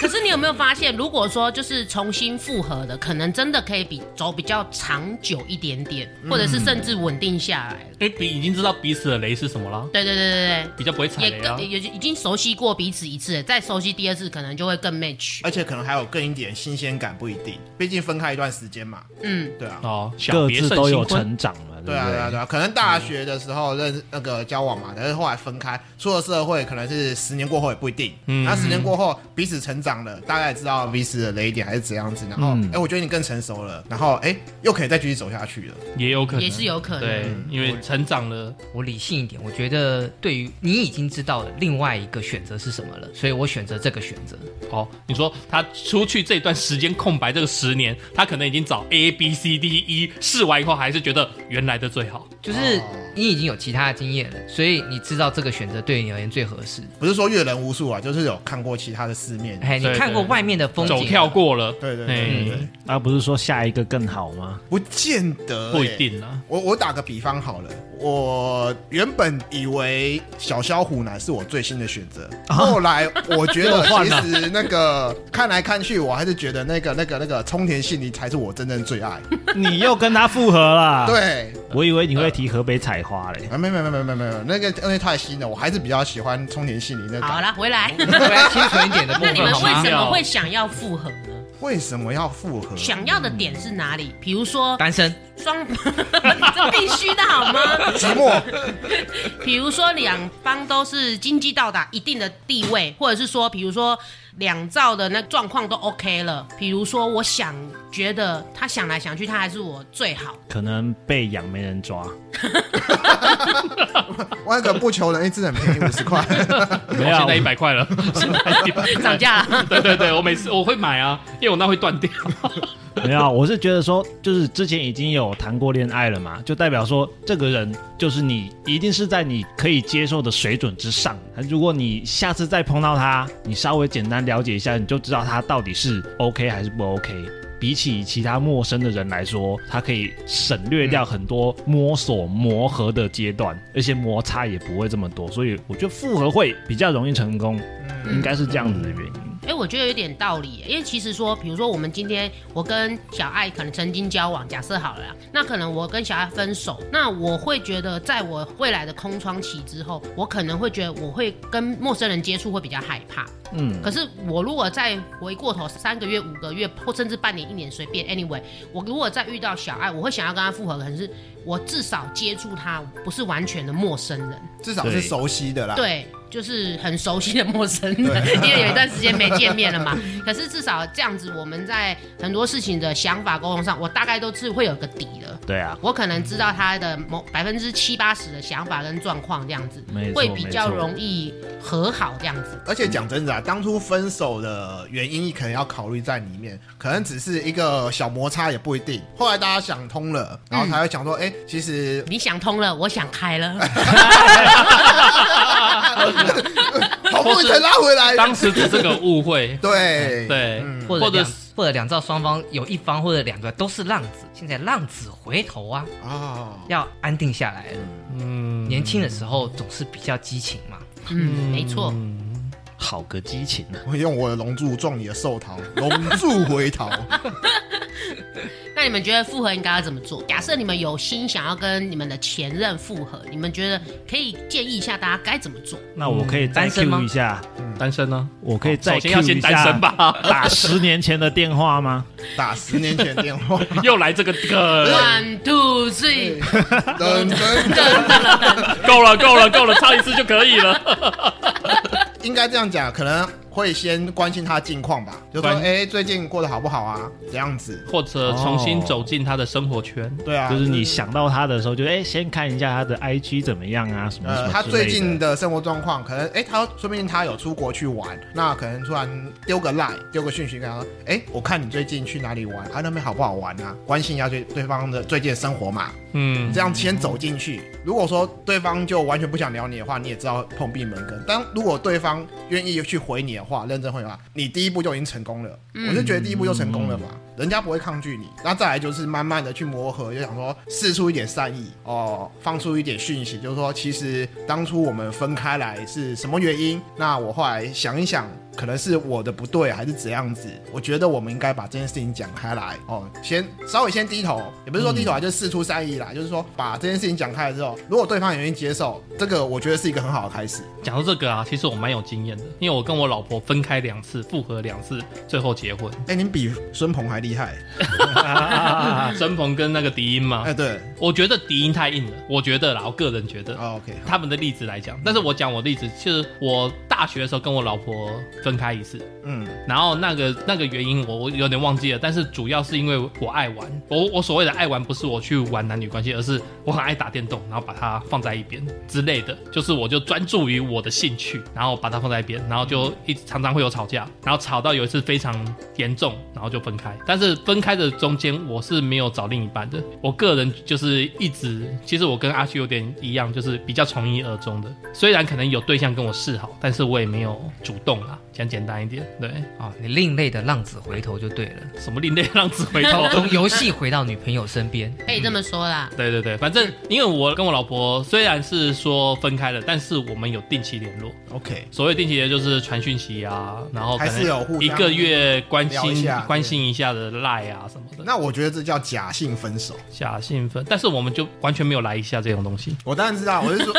[SPEAKER 1] 可是你有有没有发现，如果说就是重新复合的，可能真的可以比走比较长久一点点，或者是甚至稳定下来了。
[SPEAKER 4] 因为彼已经知道彼此的雷是什么了，
[SPEAKER 1] 对对对对
[SPEAKER 4] 比较不会
[SPEAKER 1] 对，
[SPEAKER 4] 踩
[SPEAKER 1] 也
[SPEAKER 4] 雷啊
[SPEAKER 1] 更。也已经熟悉过彼此一次了，再熟悉第二次可能就会更 match。
[SPEAKER 2] 而且可能还有更一点新鲜感，不一定，毕竟分开一段时间嘛。
[SPEAKER 1] 嗯，
[SPEAKER 2] 对啊，
[SPEAKER 4] 哦， 小
[SPEAKER 7] 各
[SPEAKER 4] 别
[SPEAKER 7] 自
[SPEAKER 4] 胜
[SPEAKER 7] 都
[SPEAKER 4] 新
[SPEAKER 7] 有
[SPEAKER 4] 婚。
[SPEAKER 7] 成长嘛，对不
[SPEAKER 2] 对啊，对啊，对啊，可能大学的时候认识那个交往嘛，但是后来分开，出了社会可能是十年过后也不一定。
[SPEAKER 4] 嗯
[SPEAKER 2] 那十年过后彼此成长了，大概知道彼此的雷点还是怎样子，然后哎、
[SPEAKER 7] 嗯
[SPEAKER 2] 诶我觉得你更成熟了，然后哎、诶又可以再继续走下去了。
[SPEAKER 4] 也有可能，
[SPEAKER 1] 也是有可能
[SPEAKER 4] 对，因为成长了，
[SPEAKER 3] 我理性一点，我觉得对于你已经知道了另外一个选择是什么了，所以我选择这个选择。
[SPEAKER 4] 哦，你说他出去这段时间空白这个十年，他可能已经找 A B C D E 试完以后，还是觉得原来的最好。
[SPEAKER 3] 就是
[SPEAKER 2] 哦
[SPEAKER 3] 你已经有其他的经验了，所以你知道这个选择对你而言最合适。
[SPEAKER 2] 不是说阅人无数啊，就是有看过其他的世面。
[SPEAKER 3] 哎，你
[SPEAKER 4] 对
[SPEAKER 3] 看过
[SPEAKER 4] 对
[SPEAKER 3] 外面的风景，
[SPEAKER 4] 走跳。过了，
[SPEAKER 2] 对对对对对，
[SPEAKER 4] 哎
[SPEAKER 7] 而啊不是说下一个更好吗？
[SPEAKER 2] 不见得、
[SPEAKER 4] 不一
[SPEAKER 2] 诶
[SPEAKER 4] 定啊。
[SPEAKER 2] 我我打个比方好了，我原本以为小肖虎男是我最新的选择，后来我觉得其实那个 看来看去，我还是觉得那个那个那个冲田杏里才是我真正最爱。
[SPEAKER 6] 你又跟他复合
[SPEAKER 7] 啊
[SPEAKER 6] 了。，
[SPEAKER 2] 对，
[SPEAKER 7] 我以为你会提河北采花嘞。
[SPEAKER 2] 啊，没有没有没有没有没有，那个因为太新了，我还是比较喜欢冲田杏里那
[SPEAKER 1] 好
[SPEAKER 2] 个。
[SPEAKER 1] 啦，回来。
[SPEAKER 3] 回来清纯一点的部
[SPEAKER 1] 那
[SPEAKER 3] 分
[SPEAKER 1] 你们
[SPEAKER 3] 好
[SPEAKER 1] 为
[SPEAKER 3] 吗
[SPEAKER 1] 什？么会想要复合呢？
[SPEAKER 2] 为什么要复合？
[SPEAKER 1] 想要的点是哪里？比如 说
[SPEAKER 3] 单身，
[SPEAKER 1] 双，这必须的好吗？
[SPEAKER 2] 寂寞，
[SPEAKER 1] 比如说两方都是经济到达一定的地位，或者是说，比如说两造的那状况都 OK 了，比如说我想觉得他想来想去，他还是我最好。
[SPEAKER 7] 可能被养没人抓，
[SPEAKER 2] 我那个不求人一只很便宜五十块，
[SPEAKER 4] 没有，现在一百块了，
[SPEAKER 1] 涨价了，
[SPEAKER 4] 对对对，我每次我会买啊，因为我那 会断掉。
[SPEAKER 7] 没有啊，我是觉得说，就是之前已经有谈过恋爱了嘛，就代表说这个人就是你一定是在你可以接受的水准之上。如果你下次再碰到他，你稍微简单了解一下，你就知道他到底是 OK 还是不 OK。比起其他陌生的人来说，他可以省略掉很多摸索、磨合的阶段，而且摩擦也不会这么多，所以我觉得复合会比较容易成功，应该是这样子的原因。
[SPEAKER 1] 哎、我觉得有点道理耶，因为其实说，比如说我们今天我跟小爱可能曾经交往，假设好了啦，那可能我跟小爱分手，那我会觉得在我未来的空窗期之后，我可能会觉得我会跟陌生人接触会比较害怕。
[SPEAKER 7] 嗯，
[SPEAKER 1] 可是我如果再回过头三个月、五个月，或甚至半年、一年，随便，anyway，我如果再遇到小爱，我会想要跟他复合，可能是我至少接触他，不是完全的陌生人，
[SPEAKER 2] 至少是熟悉的啦。，
[SPEAKER 1] 对，就是很熟悉的陌生人， 因为有一段时间没见面了嘛。 可是至少这样子，我们在很多事情的想法沟通上，我大概都是会有个底了。
[SPEAKER 7] 对啊，
[SPEAKER 1] 我可能知道他的某百分之七八十的想法跟状况，这样子
[SPEAKER 7] 没错
[SPEAKER 1] 会比较
[SPEAKER 7] 没错
[SPEAKER 1] 容易和好，这样子。
[SPEAKER 2] 而且讲真的啊，当初分手的原因可能要考虑在里面，可能只是一个小摩擦也不一定。后来大家想通了，然后才会想说，哎、其实
[SPEAKER 1] 你想通了，我想开 了。
[SPEAKER 2] 好不容易才拉回来，
[SPEAKER 4] 嗯当时只是个误会，
[SPEAKER 2] 对
[SPEAKER 4] 对，
[SPEAKER 2] 嗯
[SPEAKER 3] 或者
[SPEAKER 4] 或者
[SPEAKER 3] 两或者两造双方有一方或者两个都是浪子，现在浪子回头啊，
[SPEAKER 2] 哦，
[SPEAKER 3] 要安定下来了。
[SPEAKER 4] 嗯，
[SPEAKER 3] 年轻的时候总是比较激情嘛，
[SPEAKER 1] 嗯，没错。
[SPEAKER 7] 好个激情啊！
[SPEAKER 2] 我用我的龙柱撞你的寿桃，龙柱回桃。
[SPEAKER 1] 那你们觉得复合应该要怎么做？假设你们有心想要跟你们的前任复合，你们觉得可以建议一下大家该怎么做？
[SPEAKER 7] 那我可以再
[SPEAKER 3] 嗯单身吗
[SPEAKER 7] Q 一下，
[SPEAKER 4] 单身呢？
[SPEAKER 7] 我可以再
[SPEAKER 4] 哦首先要
[SPEAKER 7] cue
[SPEAKER 4] 先
[SPEAKER 7] 一下
[SPEAKER 4] 单身吧
[SPEAKER 7] 打十年前的电话吗？
[SPEAKER 2] 打十年前电 话，
[SPEAKER 4] 又来这个
[SPEAKER 7] 呃
[SPEAKER 1] One
[SPEAKER 4] 梗，
[SPEAKER 1] two three，
[SPEAKER 2] 等等，
[SPEAKER 4] 够了够了够了，唱一次就可以了。
[SPEAKER 2] 应该这样讲，可能会先关心他近况吧，就说
[SPEAKER 4] 关
[SPEAKER 2] 哎、最近过得好不好啊？这样子，
[SPEAKER 4] 或者重新走进他的生活圈，
[SPEAKER 2] 对啊，
[SPEAKER 7] 就是你想到他的时候就，哎，先看一下他的 IG 怎么样啊，什么什
[SPEAKER 2] 呃，
[SPEAKER 7] 么
[SPEAKER 2] 他
[SPEAKER 7] 之
[SPEAKER 2] 最
[SPEAKER 7] 类
[SPEAKER 2] 近
[SPEAKER 7] 的
[SPEAKER 2] 的生活状况，可能哎、他说不定他有出国去玩，那可能突然丢个 line，丢个讯息给他说，哎、我看你最近去哪里玩，啊，那边好不好玩啊？ 关心一下对对方的最近的生活嘛，
[SPEAKER 4] 嗯，
[SPEAKER 2] 这样先走进去。如果说对方就完全不想聊你的话，你也知道碰壁门羹。但如果对方愿意去回你的话，认真回的话，你第一步就已经成功了。
[SPEAKER 7] 嗯
[SPEAKER 2] 我就觉得第一步就成功了嘛，人家不会抗拒你。那再来就是慢慢的去磨合，就想说试出一点善意哦，放出一点讯息，就是说其实当初我们分开来是什么原因？那我后来想一想。可能是我的不对还是怎样子，我觉得我们应该把这件事情讲开来哦，先稍微先低头，也不是说低头啊，就是事出善意啦，就是说把这件事情讲开了之后，如果对方也愿意接受，这个我觉得是一个很好的开始。
[SPEAKER 4] 讲到这个啊，其实我蛮有经验的，因为我跟我老婆分开两次，复合两次，最后 结婚。
[SPEAKER 2] 哎、您比孙鹏还厉害，
[SPEAKER 4] 曾鹏跟那个迪英嘛
[SPEAKER 2] 哎、，对
[SPEAKER 4] 我觉得迪英太硬了，我觉得啦，我个人觉得。
[SPEAKER 2] 哦，OK，
[SPEAKER 4] 他们的例子来讲，但是我讲我的例子，就是我大学的时候跟我老婆分开一次，
[SPEAKER 2] 嗯，
[SPEAKER 4] 然后那个那个原因我我有点忘记了，但是主要是因为我爱玩。我我所谓的爱玩，不是我去玩男女关系，而是我很爱打电动，然后把它放在一边之类的。就是我就专注于我的兴趣，然后把它放在一边，然后就一直常常会有吵架，然后吵到有一次非常严重，然后就分开。但是分开的中间，我是没有找另一半的。我个人就是一直，其实我跟阿旭有点一样，就是比较从一而终的。虽然可能有对象跟我示好，但是我也没有主动啊，讲简单一点，对。
[SPEAKER 3] 哦，你另类的浪子回头就对了，。
[SPEAKER 4] 什么另类浪子回头
[SPEAKER 3] 从游戏回到女朋友身边。
[SPEAKER 1] 可以这么说啦。
[SPEAKER 4] 对对对，反正因为我跟我老婆虽然是说分开了，但是我们有定期联络。
[SPEAKER 2] OK，
[SPEAKER 4] 所谓定期联络就是传讯息啊，然后可
[SPEAKER 2] 还是有
[SPEAKER 4] 能
[SPEAKER 2] 互相
[SPEAKER 4] 一个月关
[SPEAKER 2] 聊一
[SPEAKER 4] 心
[SPEAKER 2] 下
[SPEAKER 4] 关心一下的赖啊什么的。
[SPEAKER 2] 那我觉得这叫假性分手。
[SPEAKER 4] 假兴奋，但是我们就完全没有来一下这种东西。
[SPEAKER 2] 我当然知道，我是说，，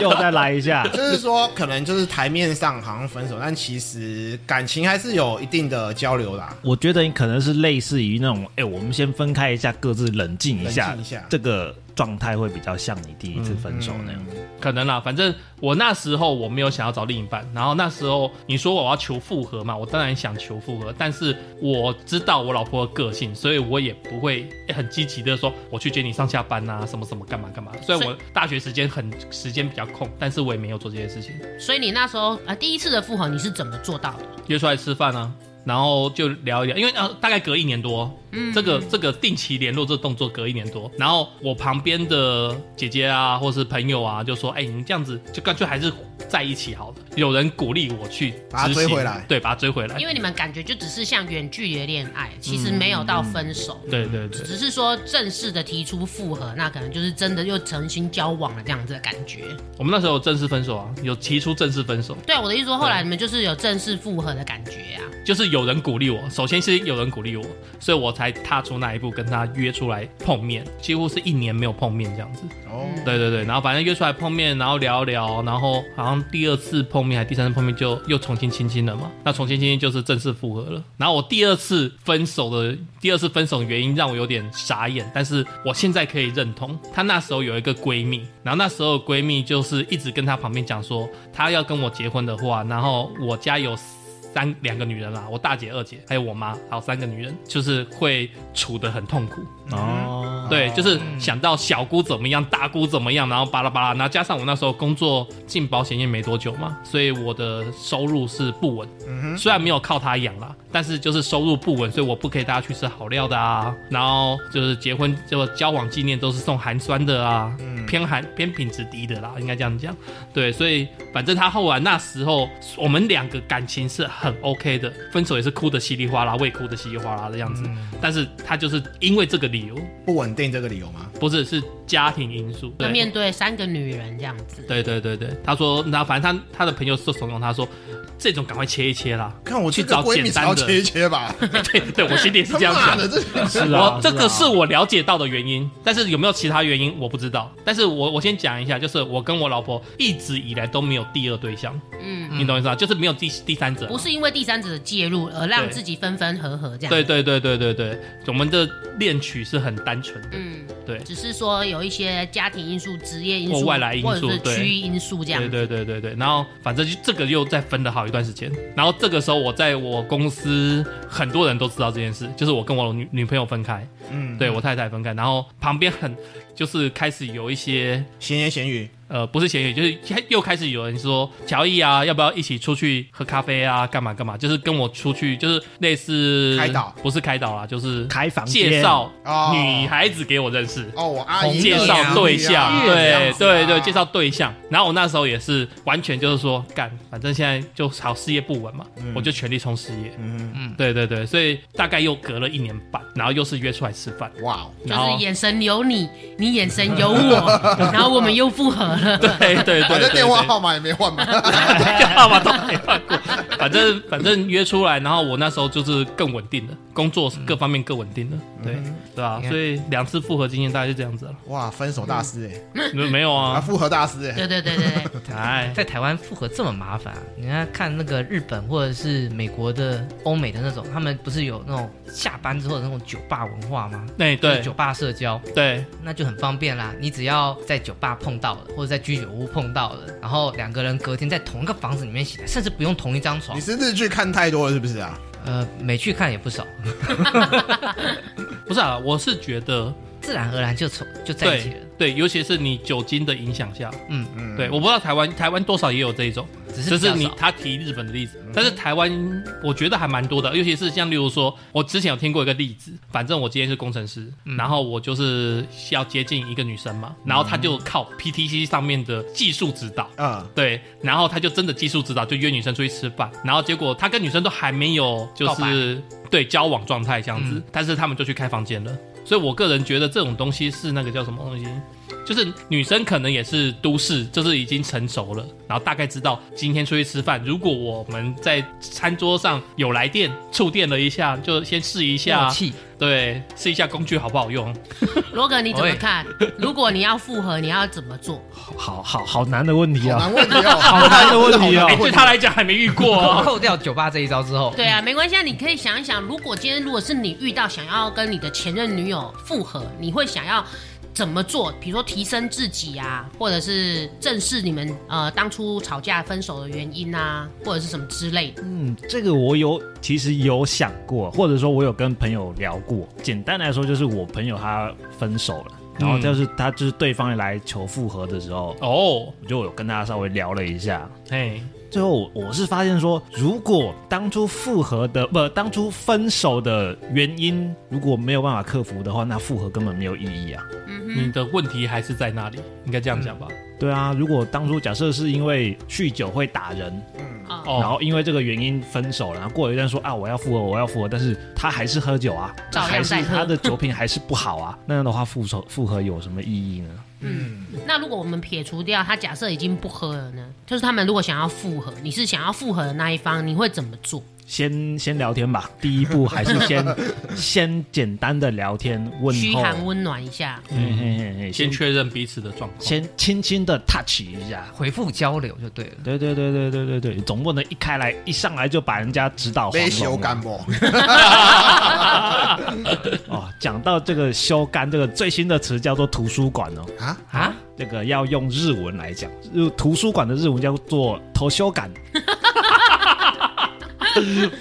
[SPEAKER 7] 又再来一下
[SPEAKER 2] 就是说，可能就是台面上好像分手，但其实感情还是有一定的交流啦。
[SPEAKER 7] 我觉得你可能是类似于那种，哎、我们先分开一下，各自冷静一下，
[SPEAKER 2] 冷静一下
[SPEAKER 7] 这个状态会比较像你第一次分手那样。
[SPEAKER 2] 嗯
[SPEAKER 4] 可能啦，反正我那时候我没有想要找另一半，然后那时候你说我要求复合嘛，我当然想求复合，但是我知道我老婆的个性，所以我也不会欸很积极的说我去接你上下班啊，什么什么干嘛干嘛。虽然
[SPEAKER 1] 所
[SPEAKER 4] 我大学时间很时间比较空，但是我也没有做这些事情，
[SPEAKER 1] 所以你那时候啊、呃第一次的复合你是怎么做到的？
[SPEAKER 4] 约出来吃饭啊。然后就聊一聊，因为呃大概隔一年多，
[SPEAKER 1] 嗯
[SPEAKER 4] 这个这个定期联络这个动作隔一年多，然后我旁边的姐姐啊，或是朋友啊，就说：“哎、你这样子就干脆还是在一起好了。”有人鼓励我去
[SPEAKER 2] 把他
[SPEAKER 4] 执
[SPEAKER 2] 追
[SPEAKER 4] 行
[SPEAKER 2] 回来
[SPEAKER 4] 对，把他追回来
[SPEAKER 1] 因。为你们感觉就只是像远距离的恋爱，其实没有到分手。
[SPEAKER 4] 对对对，
[SPEAKER 1] 只是说正式的提出复合，那可能就是真的又重新交往了这样子的感觉。
[SPEAKER 4] 我们那时候有正式分手啊，有提出正式分手，
[SPEAKER 1] 对啊，我的意思说，后来你们就是有正式复合的感觉啊。
[SPEAKER 4] 就是有人鼓励我。首先是有人鼓励我，所以我才踏出那一步，跟他约出来碰面，几乎是一年没有碰面这样子。
[SPEAKER 2] 哦，
[SPEAKER 4] 对对对，然后反正约出来碰面，然后聊一聊，然后好像第二次碰面还是第三次碰面就又重新亲亲了嘛。那重新亲亲就是正式复合了。然后我第二次分手的第二次分手原因让我有点傻眼，但是我现在可以认同。她那时候有一个闺蜜，然后那时候的闺蜜就是一直跟她旁边讲说，她要跟我结婚的话，然后我家有。三两个女人啦，我大姐、二姐还有我妈，还有三个女人，就是会处得很痛苦。
[SPEAKER 2] 嗯
[SPEAKER 7] 哦，
[SPEAKER 4] 对，就是想到小姑怎么样，大姑怎么样，然后巴拉巴拉，然后加上我那时候工作进保险业没多久嘛，所以我的收入是不稳。虽然没有靠他养啦，但是就是收入不稳，所以我不可以带他去吃好料的啊。然后就是结婚就交往纪念都是送寒酸的啊，偏寒偏品质低的啦，应该这样讲。对，所以反正他后来那时候我们两个感情是很 OK 的，分手也是哭的稀里哗啦，我也哭的稀里哗啦的样子。但是他就是因为这个理由。
[SPEAKER 2] 不稳定这个理由吗？
[SPEAKER 4] 不是，是家庭因素。
[SPEAKER 1] 那
[SPEAKER 4] 对
[SPEAKER 1] 面对三个女人这样子，
[SPEAKER 4] 对对对对，他说，那反正他他的朋友是怂恿他说，这种赶快切一 切啦。
[SPEAKER 2] 看我
[SPEAKER 4] 去
[SPEAKER 2] 这个
[SPEAKER 4] 找
[SPEAKER 2] 闺蜜
[SPEAKER 4] 简单
[SPEAKER 2] 要切一
[SPEAKER 4] 的，
[SPEAKER 2] 切 吧，
[SPEAKER 4] 对对，我心里也是
[SPEAKER 2] 他
[SPEAKER 4] 这样
[SPEAKER 2] 妈
[SPEAKER 4] 想
[SPEAKER 2] 的，。啊这
[SPEAKER 7] 是啊
[SPEAKER 4] 我这个是我了解到的原因，但是有没有其他原因我不知道。但是我我先讲一下，就是我跟我老婆一直以来都没有第二对象，
[SPEAKER 1] 嗯，
[SPEAKER 4] 你懂我意思吧？就是没有第第三者。
[SPEAKER 1] 不是因为第三者的介入而让
[SPEAKER 4] 对
[SPEAKER 1] 自己分分合合这样。
[SPEAKER 4] 对，对对对对对，我们的恋曲是很单纯的。
[SPEAKER 1] 嗯，
[SPEAKER 4] 对
[SPEAKER 1] 只是说有一些家庭因素、职业因
[SPEAKER 4] 或
[SPEAKER 1] 素、
[SPEAKER 4] 外来因素
[SPEAKER 1] 或者是
[SPEAKER 4] 对
[SPEAKER 1] 区域因素这样
[SPEAKER 4] 对
[SPEAKER 1] 子。
[SPEAKER 4] 对对对对，然后反正就这个又再分了好一段时间，然后这个时候我在我公司很多人都知道这件事，就是我跟我女女朋友分开，
[SPEAKER 2] 嗯，
[SPEAKER 4] 对我太太分开，然后旁边很就是开始有一些
[SPEAKER 2] 闲言闲语，
[SPEAKER 4] 呃不是闲语，就是又开始有人说乔伊啊，要不要一起出去喝咖啡啊，干嘛干嘛，就是跟我出去就是类似
[SPEAKER 2] 开导，
[SPEAKER 4] 不是开导啦，就是
[SPEAKER 7] 开房间
[SPEAKER 4] 介绍
[SPEAKER 2] 哦
[SPEAKER 4] 女孩子给我认识。
[SPEAKER 2] 哦，我阿姨
[SPEAKER 4] 介
[SPEAKER 2] 的
[SPEAKER 4] 绍对
[SPEAKER 2] 娘
[SPEAKER 4] 象，
[SPEAKER 2] 啊
[SPEAKER 4] 对对对，
[SPEAKER 2] 这
[SPEAKER 4] 介。
[SPEAKER 2] 样子啊
[SPEAKER 4] 绍对象。然后我那时候也是完全就是说，干，反正现在就好事业不稳嘛，我就全力冲事业。
[SPEAKER 2] 嗯，
[SPEAKER 4] 对对对，所以大概又隔了一年半，然后又是约出来吃饭，
[SPEAKER 2] 哇哦，
[SPEAKER 1] 就
[SPEAKER 4] 然后
[SPEAKER 1] 是眼神有你，你眼神有我，然后我们又复合。了。
[SPEAKER 4] 对对对，
[SPEAKER 2] 反正
[SPEAKER 4] 对
[SPEAKER 2] 电话
[SPEAKER 4] 对
[SPEAKER 2] 号码也没换嘛。
[SPEAKER 4] 电话号码都没换过，反正反正约出来，然后我那时候就是更稳定了，工作各方面更稳定了，
[SPEAKER 2] 嗯
[SPEAKER 4] 对对吧、
[SPEAKER 3] 你看
[SPEAKER 4] 所以两次复合经验大概是这样子了，
[SPEAKER 2] 哇，分手大师哎，
[SPEAKER 4] 没有
[SPEAKER 2] 啊，
[SPEAKER 4] 啊，
[SPEAKER 2] 复合大师哎，
[SPEAKER 1] 对对对对对，
[SPEAKER 4] 哎，
[SPEAKER 3] 在台湾复合这么麻烦、啊，你看看那个日本或者是美国的、欧美的那种，他们不是有那种下班之后的那种酒吧文化吗？
[SPEAKER 4] 那
[SPEAKER 3] 就是
[SPEAKER 4] 对
[SPEAKER 3] 酒吧社交
[SPEAKER 4] 对
[SPEAKER 3] 那就很方便啦。你只要在酒吧碰到了，或者在居酒屋碰到了，然后两个人隔天在同一个房子里面醒来，甚至不用同一张床
[SPEAKER 2] 你。是日剧看太多了是不是啊？
[SPEAKER 3] 呃，美剧看也不少，
[SPEAKER 4] 不是啊，我是觉得
[SPEAKER 3] 自然而然就从就在一起了
[SPEAKER 4] 对。对，尤其是你酒精的影响下，
[SPEAKER 3] 嗯，
[SPEAKER 2] 嗯，
[SPEAKER 4] 对，我不知道台湾台湾多少也有这一种，
[SPEAKER 3] 只是
[SPEAKER 4] 只
[SPEAKER 3] 比较少
[SPEAKER 4] 是
[SPEAKER 3] 嗯
[SPEAKER 4] 你他提日本的例子，但是台湾我觉得还蛮多的，尤其是像例如说，我之前有听过一个例子，反正我今天是工程师，
[SPEAKER 3] 嗯
[SPEAKER 4] 然后我就是要接近一个女生嘛，然后他就靠 PTC 上面的技术指导。
[SPEAKER 2] 嗯，
[SPEAKER 4] 对，然后他就真的技术指导，就约女生出去吃饭，然后结果他跟女生都还没有就
[SPEAKER 3] 告
[SPEAKER 4] 是对交往状态这样子，
[SPEAKER 3] 嗯
[SPEAKER 4] 但是他们就去开房间了。所以我个人觉得这种东西是那个叫什么东西，就是女生可能也是都市，就是已经成熟了，然后大概知道今天出去吃饭，如果我们在餐桌上有来电触电了一下，就先试一下
[SPEAKER 3] 默，契，
[SPEAKER 4] 对，试一下工具好不好用。
[SPEAKER 1] 罗格你怎么
[SPEAKER 3] 喂
[SPEAKER 1] 看？如果你要复合，你要怎么做？
[SPEAKER 7] 好好好难的问题
[SPEAKER 2] 好
[SPEAKER 7] 啊！
[SPEAKER 2] 难问题 哦，
[SPEAKER 7] 好难的问题哦
[SPEAKER 2] 啊
[SPEAKER 4] 哎、对他来讲还没遇过、
[SPEAKER 3] 扣
[SPEAKER 4] 哦，
[SPEAKER 3] 扣掉酒吧这一招之后，
[SPEAKER 1] 对啊，没关系，啊，你可以想一想，如果今天如果是你遇到想要跟你的前任女友复合，你会想要怎么做？比如说提升自己啊，或者是正视你们呃当初吵架分手的原因啊，或者是什么之类的。
[SPEAKER 7] 嗯，这个我有其实有想过，或者说我有跟朋友聊过。简单来说，就是我朋友他分手了，然后就是他就是对方来求复合的时候，
[SPEAKER 4] 哦，
[SPEAKER 7] 我就有跟他稍微聊了一下。
[SPEAKER 4] 哎，
[SPEAKER 7] 最后我我是发现说，如果当初复合的不，当初分手的原因如果没有办法克服的话，那复合根本没有意义啊。
[SPEAKER 4] 你的问题还是在那里，应该这样讲吧？
[SPEAKER 7] 对啊，如果当初假设是因为酗酒会打人，
[SPEAKER 1] 啊、
[SPEAKER 4] 哦，
[SPEAKER 7] 然后因为这个原因分手了，然后过了一段说啊我要复合，我要复合，但是他还是喝酒啊，
[SPEAKER 1] 照样
[SPEAKER 7] 还是
[SPEAKER 1] 在喝
[SPEAKER 7] 他的酒品还是不好啊，那样的话复仇复合有什么意义呢？
[SPEAKER 1] 那如果我们撇除掉他假设已经不喝了呢？就是他们如果想要复合，你是想要复合的那一方，你会怎么做？
[SPEAKER 7] 先先聊天吧，第一步还是先先简单的聊天问
[SPEAKER 1] 嘘
[SPEAKER 7] 候，
[SPEAKER 1] 寒问暖一下。
[SPEAKER 7] 嘿嘿嘿
[SPEAKER 4] 先
[SPEAKER 7] 嘿，先
[SPEAKER 4] 确认彼此的状况。
[SPEAKER 7] 先轻轻的 touch 一下。
[SPEAKER 3] 回复交流就对了。
[SPEAKER 7] 对对对对对对对，总不能一开来一上来就把人家指导黄
[SPEAKER 2] 被
[SPEAKER 7] 龙
[SPEAKER 2] 修
[SPEAKER 7] 啊
[SPEAKER 2] 干不？
[SPEAKER 7] 哦。讲到这个修干这个最新的词叫做图书馆哦，
[SPEAKER 2] 啊，
[SPEAKER 3] 啊，
[SPEAKER 7] 这个要用日文来讲，日图书馆的日文叫做投修感。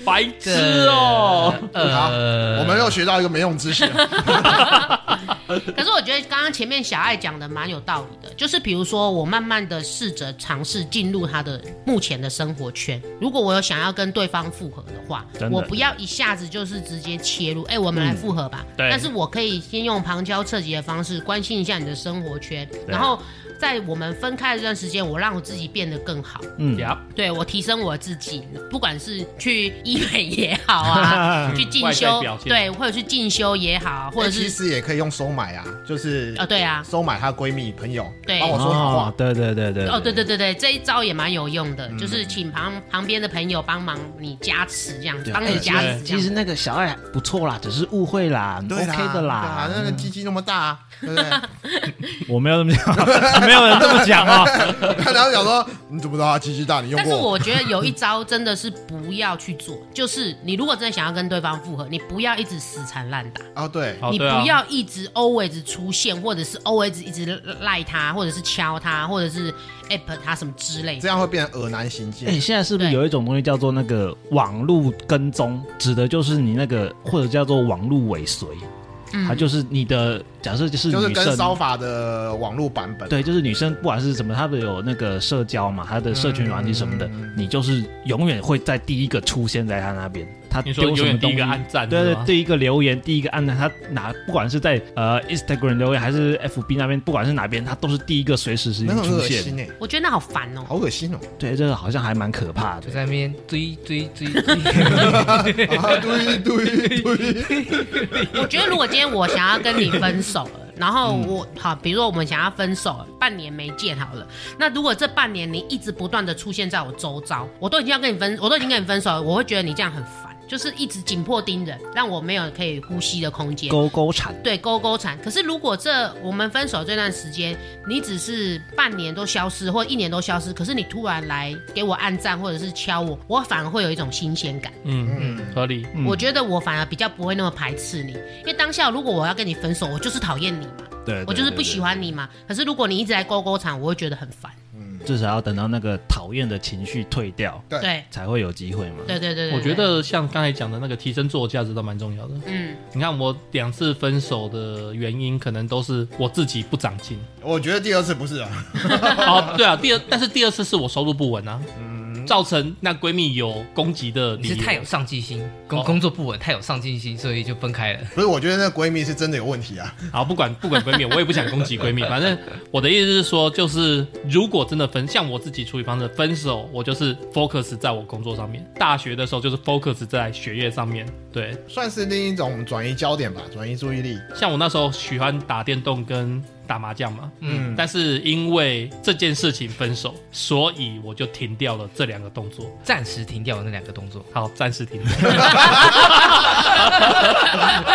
[SPEAKER 4] 白痴哦、
[SPEAKER 2] 好
[SPEAKER 3] 呃，
[SPEAKER 2] 我们又学到一个没用知识，
[SPEAKER 1] 可是我觉得刚刚前面小爱讲的蛮有道理的，就是比如说我慢慢的试着尝试进入他的目前的生活圈，如果我有想要跟对方复合的话，
[SPEAKER 7] 真的嗯
[SPEAKER 1] 我不要一下子就是直接切入，哎、我们来复合吧。
[SPEAKER 4] 对
[SPEAKER 1] 但是我可以先用旁敲侧击的方式关心一下你的生活圈，
[SPEAKER 7] 对
[SPEAKER 1] 然后在我们分开的这段时间，我让我自己变得更好。
[SPEAKER 7] 嗯，
[SPEAKER 4] 呀，
[SPEAKER 1] 对我提升我自己，不管是去医美也好啊，去进
[SPEAKER 4] 外在
[SPEAKER 1] 修
[SPEAKER 4] 表，现
[SPEAKER 1] 对，或者去进修也好啊，或者
[SPEAKER 2] 哎其
[SPEAKER 1] 是
[SPEAKER 2] 实也可以用收买啊，就是
[SPEAKER 1] 啊，对啊，
[SPEAKER 2] 收买她闺蜜朋友，
[SPEAKER 1] 对
[SPEAKER 2] 帮我说好话
[SPEAKER 7] 哦，，对对对对，
[SPEAKER 1] 哦，对对对对，这一招也蛮有用的，就是请旁旁边的朋友帮忙你加持，这样子，帮你加持这
[SPEAKER 7] 其
[SPEAKER 1] 样
[SPEAKER 7] 实
[SPEAKER 1] 子。
[SPEAKER 7] 那个小爱不错啦，只是误会啦
[SPEAKER 2] 对啦
[SPEAKER 7] ，OK 的
[SPEAKER 2] 对啊
[SPEAKER 7] 啦。
[SPEAKER 2] 那个鸡鸡那么大啊，对不 对？
[SPEAKER 7] 我没有这么讲， 没有人这么讲啊。
[SPEAKER 2] 然后想说你怎么知道她鸡鸡大？你用
[SPEAKER 1] 但是
[SPEAKER 2] 过？
[SPEAKER 1] 我觉得有一招真的是不要去做，就是你如果真的想要跟对方复合，你不要一直死缠烂打，
[SPEAKER 2] 哦，对，
[SPEAKER 4] 好
[SPEAKER 1] 你不
[SPEAKER 4] 对啊，
[SPEAKER 1] 要一直 always 出现，或者是 always 一直赖他，或者是敲他，或者是 app 他什么之类
[SPEAKER 2] 这
[SPEAKER 1] 的。
[SPEAKER 2] 样会变成恶男行
[SPEAKER 7] 哎，
[SPEAKER 2] 径。
[SPEAKER 7] 现在是不是
[SPEAKER 1] 对
[SPEAKER 7] 有一种东西叫做那个网络跟踪，指的就是你那个或者叫做网络尾随，它就是你的假设就是
[SPEAKER 2] 嗯就是
[SPEAKER 7] 女
[SPEAKER 2] 跟
[SPEAKER 7] 生
[SPEAKER 2] 骚法的网络版本，
[SPEAKER 7] 对，就是女生不管是什么，她的有那个社交嘛，她的社群软体什
[SPEAKER 4] 嗯
[SPEAKER 7] 么的，你就是永远会在第一个出现在她那边。她
[SPEAKER 4] 你说
[SPEAKER 7] 丢
[SPEAKER 4] 永
[SPEAKER 7] 什么
[SPEAKER 4] 远第
[SPEAKER 7] 东
[SPEAKER 4] 一
[SPEAKER 7] 西
[SPEAKER 4] 个？按赞，
[SPEAKER 7] 对
[SPEAKER 4] 是
[SPEAKER 7] 对
[SPEAKER 4] 吗，
[SPEAKER 7] 第一个留言，第一个按赞，她哪不管是在呃 Instagram 留言还是 FB 那边，不管是哪边，她都是第一个随时时
[SPEAKER 2] 那
[SPEAKER 7] 间
[SPEAKER 2] 很
[SPEAKER 7] 出
[SPEAKER 2] 恶
[SPEAKER 7] 现。
[SPEAKER 2] 心哎，
[SPEAKER 1] 我觉得那好烦哦、
[SPEAKER 2] 好恶心哦！
[SPEAKER 7] 对，这个好像还蛮可怕的
[SPEAKER 3] 就。在那边追追追追，
[SPEAKER 2] 啊，对对对，
[SPEAKER 1] 我觉得如果今天我想要跟你分手了，然后我、好，比如说我们想要分手了，半年没见好了，那如果这半年你一直不断的出现在我周遭，我都已经要跟你分，我都已经跟你分手了，我会觉得你这样很烦，就是一直紧迫盯人，让我没有可以呼吸的空间。
[SPEAKER 7] 勾勾缠，
[SPEAKER 1] 对勾勾缠。可是如果这我们分手这段时间，你只是半年都消失，或一年都消失，可是你突然来给我按赞或者是敲我，我反而会有一种新鲜感。
[SPEAKER 4] 嗯，
[SPEAKER 2] 嗯，
[SPEAKER 4] 合理。
[SPEAKER 7] 嗯
[SPEAKER 1] 我觉得我反而比较不会那么排斥你，因为当下如果我要跟你分手，我就是讨厌你嘛，
[SPEAKER 7] 对，
[SPEAKER 1] 我就是不喜
[SPEAKER 7] 欢。
[SPEAKER 1] 欢你嘛。可是如果你一直来勾勾缠，我会觉得很烦。
[SPEAKER 7] 至少要等到那个讨厌的情绪退掉，
[SPEAKER 2] 对
[SPEAKER 1] 对
[SPEAKER 7] 才会有机会嘛。
[SPEAKER 1] 对对对对，
[SPEAKER 4] 我觉
[SPEAKER 1] 对，
[SPEAKER 4] 得像刚才讲的那个提升自我价值都蛮重要的。
[SPEAKER 1] 嗯，
[SPEAKER 4] 你看我两次分手的原因，可能都是我自己不长进。
[SPEAKER 2] 我觉得第二次不是啊，
[SPEAKER 4] 哦，对啊，第二，但是第二次是我收入不稳啊，造成那闺蜜有攻击的
[SPEAKER 3] 你
[SPEAKER 4] 理
[SPEAKER 3] 是
[SPEAKER 4] 由。
[SPEAKER 3] 太有上进心，工
[SPEAKER 4] 哦
[SPEAKER 3] 工作不稳，太有上进心，所以就分开了。
[SPEAKER 2] 不是，我觉得那闺蜜是真的有问题啊。
[SPEAKER 4] 好，不管不管闺蜜，我也不想攻击闺蜜。反正我的意思是说，就是如果真的分，像我自己处理方式，分手我就是 focus 在我工作上面。大学的时候就是 focus 在学业上面。对，
[SPEAKER 2] 算是另一种转移焦点吧，转移注意力。
[SPEAKER 4] 像我那时候喜欢打电动跟打麻将嘛，
[SPEAKER 2] 嗯，
[SPEAKER 4] 但是因为这件事情分手，所以我就停掉了这两个动作。
[SPEAKER 3] 暂时停掉那两个动作，
[SPEAKER 4] 好，暂时停掉。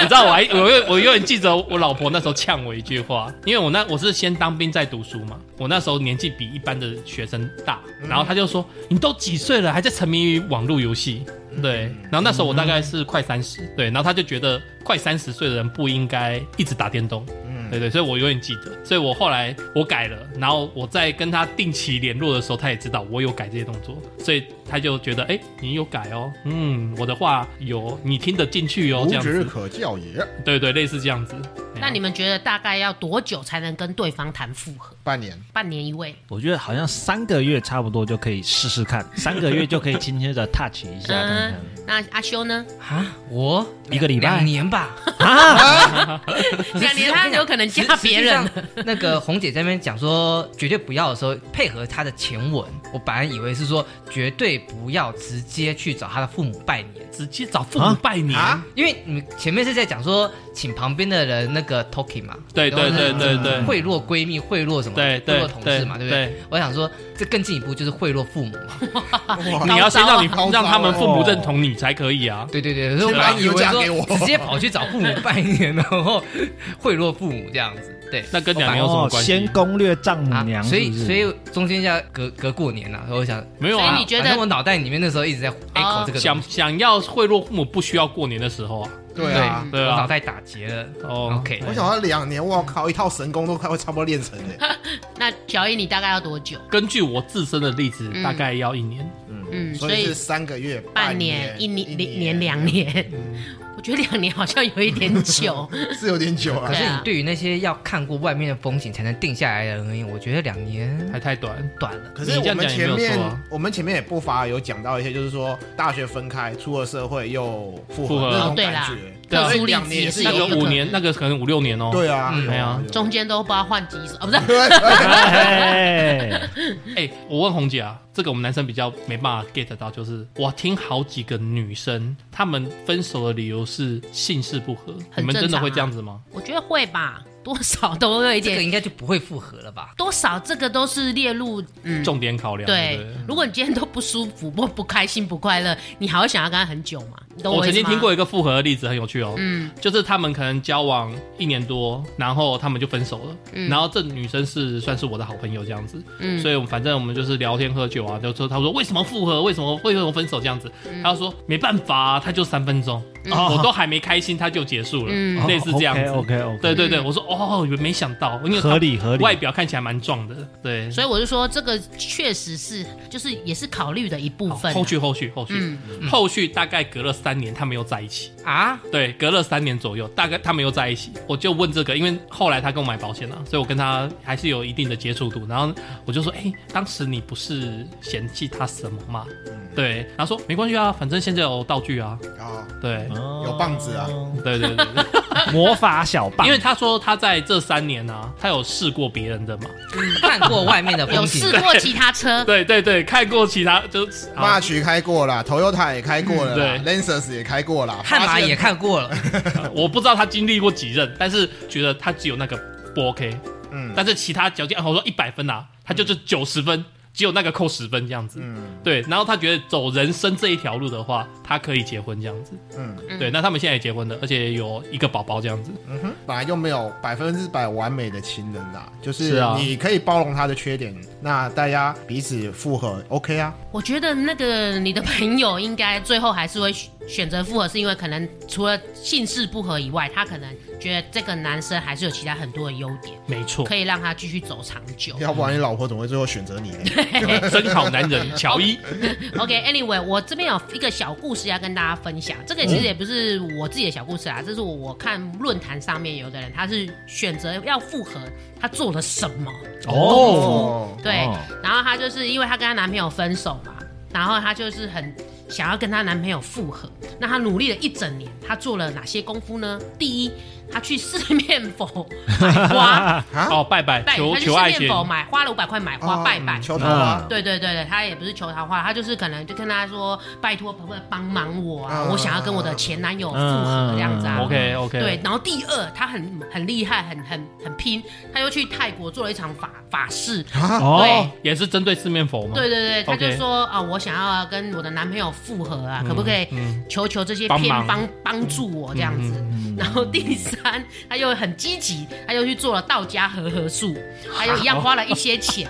[SPEAKER 4] 你知道我还我永我永远记得我老婆那时候呛我一句话，因为我那我是先当兵再读书嘛，我那时候年纪比一般的学生大，然后她就说你都几岁了，还在沉迷于网络游戏。对，然后那时候我大概是快三十，对，然后她就觉得快三十岁的人不应该一直打电动，对对，所以我永远记得，所以我后来我改了，然后我在跟他定期联络的时候，他也知道我有改这些动作，所以他就觉得，哎，你有改哦，嗯，我的话有你听得进去哦，
[SPEAKER 2] 无
[SPEAKER 4] 这样
[SPEAKER 2] 职
[SPEAKER 4] 子，
[SPEAKER 2] 可教也，
[SPEAKER 4] 对对，类似这样子。
[SPEAKER 1] 那你们觉得大概要多久才能跟对方谈复合？
[SPEAKER 2] 半年。
[SPEAKER 1] 半年一位，
[SPEAKER 7] 我觉得好像三个月差不多就可以试试看，三个月就可以轻轻的 touch 一下
[SPEAKER 1] 嗯
[SPEAKER 7] 看看。
[SPEAKER 1] 那阿修呢？
[SPEAKER 3] 啊，我
[SPEAKER 7] 一个礼拜
[SPEAKER 3] 两年吧，
[SPEAKER 7] 啊
[SPEAKER 1] 两年他有可能嫁别人。
[SPEAKER 3] 实。实际上那个红姐在那边讲说绝对不要的时候，配合她的前文，我本来以为是说绝对不要直接去找她的父母拜年，
[SPEAKER 4] 直接找父母拜年，
[SPEAKER 2] 啊
[SPEAKER 3] 因为你们前面是在讲说请旁边的人那个 talking 嘛，
[SPEAKER 4] 对对对对对
[SPEAKER 3] 贿赂闺蜜、贿赂什么，
[SPEAKER 4] 对对
[SPEAKER 3] 贿赂同事嘛，
[SPEAKER 4] 对
[SPEAKER 3] 对不对？我想说这更进一步就是贿赂父母嘛，
[SPEAKER 2] 哇
[SPEAKER 4] 你要先让你
[SPEAKER 2] 高招啊
[SPEAKER 4] 让他们父母认同你才可以啊。
[SPEAKER 3] 对对对，所以我本来以
[SPEAKER 2] 油
[SPEAKER 3] 为
[SPEAKER 2] 价给
[SPEAKER 3] 说
[SPEAKER 2] 我
[SPEAKER 3] 直接跑去找父母拜年，然后贿赂父母这样子，对，
[SPEAKER 4] 那跟两
[SPEAKER 3] 没
[SPEAKER 4] 年有什么关
[SPEAKER 2] 哦
[SPEAKER 4] 系
[SPEAKER 7] 哦先？攻略丈母
[SPEAKER 3] 啊
[SPEAKER 7] 娘，
[SPEAKER 3] 所
[SPEAKER 7] 是
[SPEAKER 3] 以
[SPEAKER 7] 不是
[SPEAKER 3] 所以中间要隔隔过年呐、所以我想
[SPEAKER 4] 没有
[SPEAKER 1] 所以
[SPEAKER 4] 啊
[SPEAKER 1] 你，觉得
[SPEAKER 3] 反正我脑袋里面那时候一直在 echo 这个
[SPEAKER 4] 想
[SPEAKER 3] 东西，
[SPEAKER 4] 想要贿赂父母不需要过年的时候啊。
[SPEAKER 2] 对啊。
[SPEAKER 4] 对
[SPEAKER 3] 我
[SPEAKER 4] 啊
[SPEAKER 3] 脑袋打结了。
[SPEAKER 4] 哦
[SPEAKER 3] OK
[SPEAKER 2] 我想要两年，我靠，一套神功都快会差不多练成了。
[SPEAKER 1] 那小易，你大概要多久？
[SPEAKER 4] 根据我自身的例子，
[SPEAKER 1] 嗯
[SPEAKER 4] 大概要一年。
[SPEAKER 1] 嗯，
[SPEAKER 2] 所
[SPEAKER 1] 所
[SPEAKER 2] 以
[SPEAKER 1] 以
[SPEAKER 2] 是三个月、
[SPEAKER 1] 半年、一年、两年、两年。我觉得两年好像有一点久，
[SPEAKER 2] 是有点久啊
[SPEAKER 3] 可。是
[SPEAKER 1] 对
[SPEAKER 3] 你
[SPEAKER 1] 啊
[SPEAKER 3] 对于那些要看过外面的风景才能定下来的人而言，我觉得两年
[SPEAKER 4] 还太短，
[SPEAKER 3] 短了。
[SPEAKER 2] 可是
[SPEAKER 4] 你这
[SPEAKER 2] 我
[SPEAKER 4] 样
[SPEAKER 2] 们
[SPEAKER 4] 讲也没
[SPEAKER 2] 前
[SPEAKER 4] 有
[SPEAKER 2] 面
[SPEAKER 4] 错啊
[SPEAKER 2] 我们前面也不乏有讲到一些，就是说大学分开，出了社会又复
[SPEAKER 4] 复
[SPEAKER 2] 合
[SPEAKER 4] 合啊
[SPEAKER 2] 那
[SPEAKER 1] 哦
[SPEAKER 2] 种
[SPEAKER 1] 对
[SPEAKER 2] 感
[SPEAKER 1] 啦
[SPEAKER 2] 觉。
[SPEAKER 4] 对啊
[SPEAKER 1] 特殊例
[SPEAKER 2] 两
[SPEAKER 1] 子
[SPEAKER 2] 年
[SPEAKER 1] 也是
[SPEAKER 4] 那
[SPEAKER 1] 有
[SPEAKER 4] 个
[SPEAKER 1] 有
[SPEAKER 4] 五
[SPEAKER 1] 可
[SPEAKER 4] 年，那个可能五六年哦。
[SPEAKER 2] 对啊，
[SPEAKER 3] 嗯
[SPEAKER 2] 有
[SPEAKER 4] 没有
[SPEAKER 1] 中间都不知道换几手啊，不是？
[SPEAKER 7] 哎，
[SPEAKER 4] 哎、我问红姐啊，这个我们男生比较没办法 get 到，就是我听好几个女生，她们分手的理由是性事不合，你
[SPEAKER 1] 很
[SPEAKER 4] 们真
[SPEAKER 1] 正
[SPEAKER 4] 的
[SPEAKER 1] 常
[SPEAKER 4] 会
[SPEAKER 1] 啊
[SPEAKER 4] 这样子吗？
[SPEAKER 1] 我觉得会吧，多少都会有一
[SPEAKER 3] 这个
[SPEAKER 1] 点，
[SPEAKER 3] 应该就不会复合了吧？
[SPEAKER 1] 多少这个都是列入嗯。
[SPEAKER 4] 重点考量，对不
[SPEAKER 1] 对
[SPEAKER 4] 对，
[SPEAKER 1] 如果你今天都不舒服、不不开心、不快乐，你还会想要跟他很久吗？你懂
[SPEAKER 4] 我
[SPEAKER 1] 意
[SPEAKER 4] 曾
[SPEAKER 1] 思
[SPEAKER 4] 经
[SPEAKER 1] 吗
[SPEAKER 4] 听过一个复合的例子，很有趣哦。
[SPEAKER 1] 嗯，
[SPEAKER 4] 就是他们可能交往一年多，然后他们就分手了。
[SPEAKER 1] 嗯
[SPEAKER 4] 然后这女生是算是我的好朋友这样子，
[SPEAKER 1] 嗯
[SPEAKER 4] 所以我们反正我们就是聊天喝酒啊，就说她说为什么复合，为什么为什么分手这样子，
[SPEAKER 1] 嗯
[SPEAKER 4] 她就说没办法、啊，她就三分钟，我都还没开心，她就结束了，
[SPEAKER 1] 嗯
[SPEAKER 4] 类似这样子。
[SPEAKER 7] OK OK，
[SPEAKER 4] 对对对，我说哦，没想到，因为她
[SPEAKER 7] 合理合理。
[SPEAKER 4] 外表看起来蛮壮的，对，
[SPEAKER 1] 所以我就说，这个确实是，就是也是考虑的一部
[SPEAKER 4] 好
[SPEAKER 1] 分啊。
[SPEAKER 4] 后续后续后续、
[SPEAKER 1] 嗯
[SPEAKER 4] 后续大概隔了三年，他们又在一起。
[SPEAKER 3] 啊，
[SPEAKER 4] 对，隔了三年左右，大概他们又在一起。我就问这个，因为后来他跟我买保险了、所以我跟他还是有一定的接触度。然后我就说，哎、当时你不是嫌弃他什么嘛？
[SPEAKER 7] 嗯
[SPEAKER 4] 对，然后说没关系啊，反正现在有道具啊。
[SPEAKER 2] 啊，
[SPEAKER 4] 对，
[SPEAKER 7] 哦
[SPEAKER 2] 有棒子啊，
[SPEAKER 4] 对对对对，
[SPEAKER 7] 魔法小 棒，
[SPEAKER 4] 因为他说他在这三年啊，他有试过别人 的嘛。
[SPEAKER 3] 看过外面的风
[SPEAKER 1] 有
[SPEAKER 3] 景
[SPEAKER 1] 试，过其他车，
[SPEAKER 4] 对对对，看过其他就
[SPEAKER 2] 马
[SPEAKER 4] 啊，
[SPEAKER 2] 曲开过了，Toyota 也开过了啦
[SPEAKER 4] 嗯
[SPEAKER 2] ，Lancers 也开过了，
[SPEAKER 3] 悍马
[SPEAKER 2] 发现
[SPEAKER 3] 也看过了，
[SPEAKER 4] 我不知道他经历过几任，但是觉得他只有那个不 OK，
[SPEAKER 2] 嗯，
[SPEAKER 4] 但是其他条件，啊我说一百分啊，他就是九十分，只有那个扣十分这样子。
[SPEAKER 2] 嗯
[SPEAKER 4] 对，然后他觉得走人生这一条路的话，他可以结婚这样子。
[SPEAKER 2] 嗯，
[SPEAKER 1] 嗯
[SPEAKER 4] 对，那他们现在也结婚了，而且有一个宝宝这样子。
[SPEAKER 2] 嗯哼，本来就没有百分之百完美的情人啦，就是是
[SPEAKER 4] 啊
[SPEAKER 2] 你可以包容他的缺点，那大家彼此复合，OK 啊？
[SPEAKER 1] 我觉得那个你的朋友应该最后还是会选选择复合，是因为可能除了性事不合以外，他可能觉得这个男生还是有其他很多的优点，
[SPEAKER 4] 没错，
[SPEAKER 1] 可以让他继续走长
[SPEAKER 4] 嗯
[SPEAKER 1] 久。
[SPEAKER 2] 要不然你老婆怎么会最后选择你呢？
[SPEAKER 4] 真好男人乔伊。
[SPEAKER 1] OK，Anyway，、我这边有一个小故事要跟大家分享。这个其实也不是我自己的小故事啦，这是我看论坛上面有的人，他是选择要复合，他做了什么？
[SPEAKER 2] 哦，
[SPEAKER 1] 对，
[SPEAKER 7] 哦
[SPEAKER 1] 然后她就是因为她跟她男朋友分手嘛，然后她就是很想要跟她男朋友复合。那她努力了一整年，她做了哪些功夫呢？第一，她去四面佛买 花，
[SPEAKER 4] 哦，拜拜，
[SPEAKER 1] 拜，
[SPEAKER 4] 求
[SPEAKER 1] 她去
[SPEAKER 4] 求
[SPEAKER 1] 四
[SPEAKER 4] 爱
[SPEAKER 1] 面
[SPEAKER 4] 情。
[SPEAKER 1] 佛买花了五百块买花、
[SPEAKER 2] 哦
[SPEAKER 1] 拜拜
[SPEAKER 2] 嗯。求桃花
[SPEAKER 7] 嗯，
[SPEAKER 1] 对对对对，她也不是求桃花，她就是可能就跟她说，拜托可不可以帮忙我啊？
[SPEAKER 2] 嗯
[SPEAKER 1] 我想要跟我的前男友复合
[SPEAKER 7] 嗯
[SPEAKER 1] 这样子啊。
[SPEAKER 4] OK OK，
[SPEAKER 1] 对，，然后第二，她很很厉害，很很很拼，她又去泰国做了一场法法事，对
[SPEAKER 7] 哦，
[SPEAKER 4] 也是针对四面佛嘛。
[SPEAKER 1] 对对对，他就
[SPEAKER 4] OK
[SPEAKER 1] 说啊，我想要跟我的男朋友复合啊，
[SPEAKER 4] 嗯
[SPEAKER 1] 可不可以
[SPEAKER 4] 嗯
[SPEAKER 1] 求求这些
[SPEAKER 4] 帮
[SPEAKER 1] 片
[SPEAKER 4] 忙
[SPEAKER 1] 帮帮助我这样子？然后第三，他又很积极，他又去做了道家和合术，他又一样花了一些钱，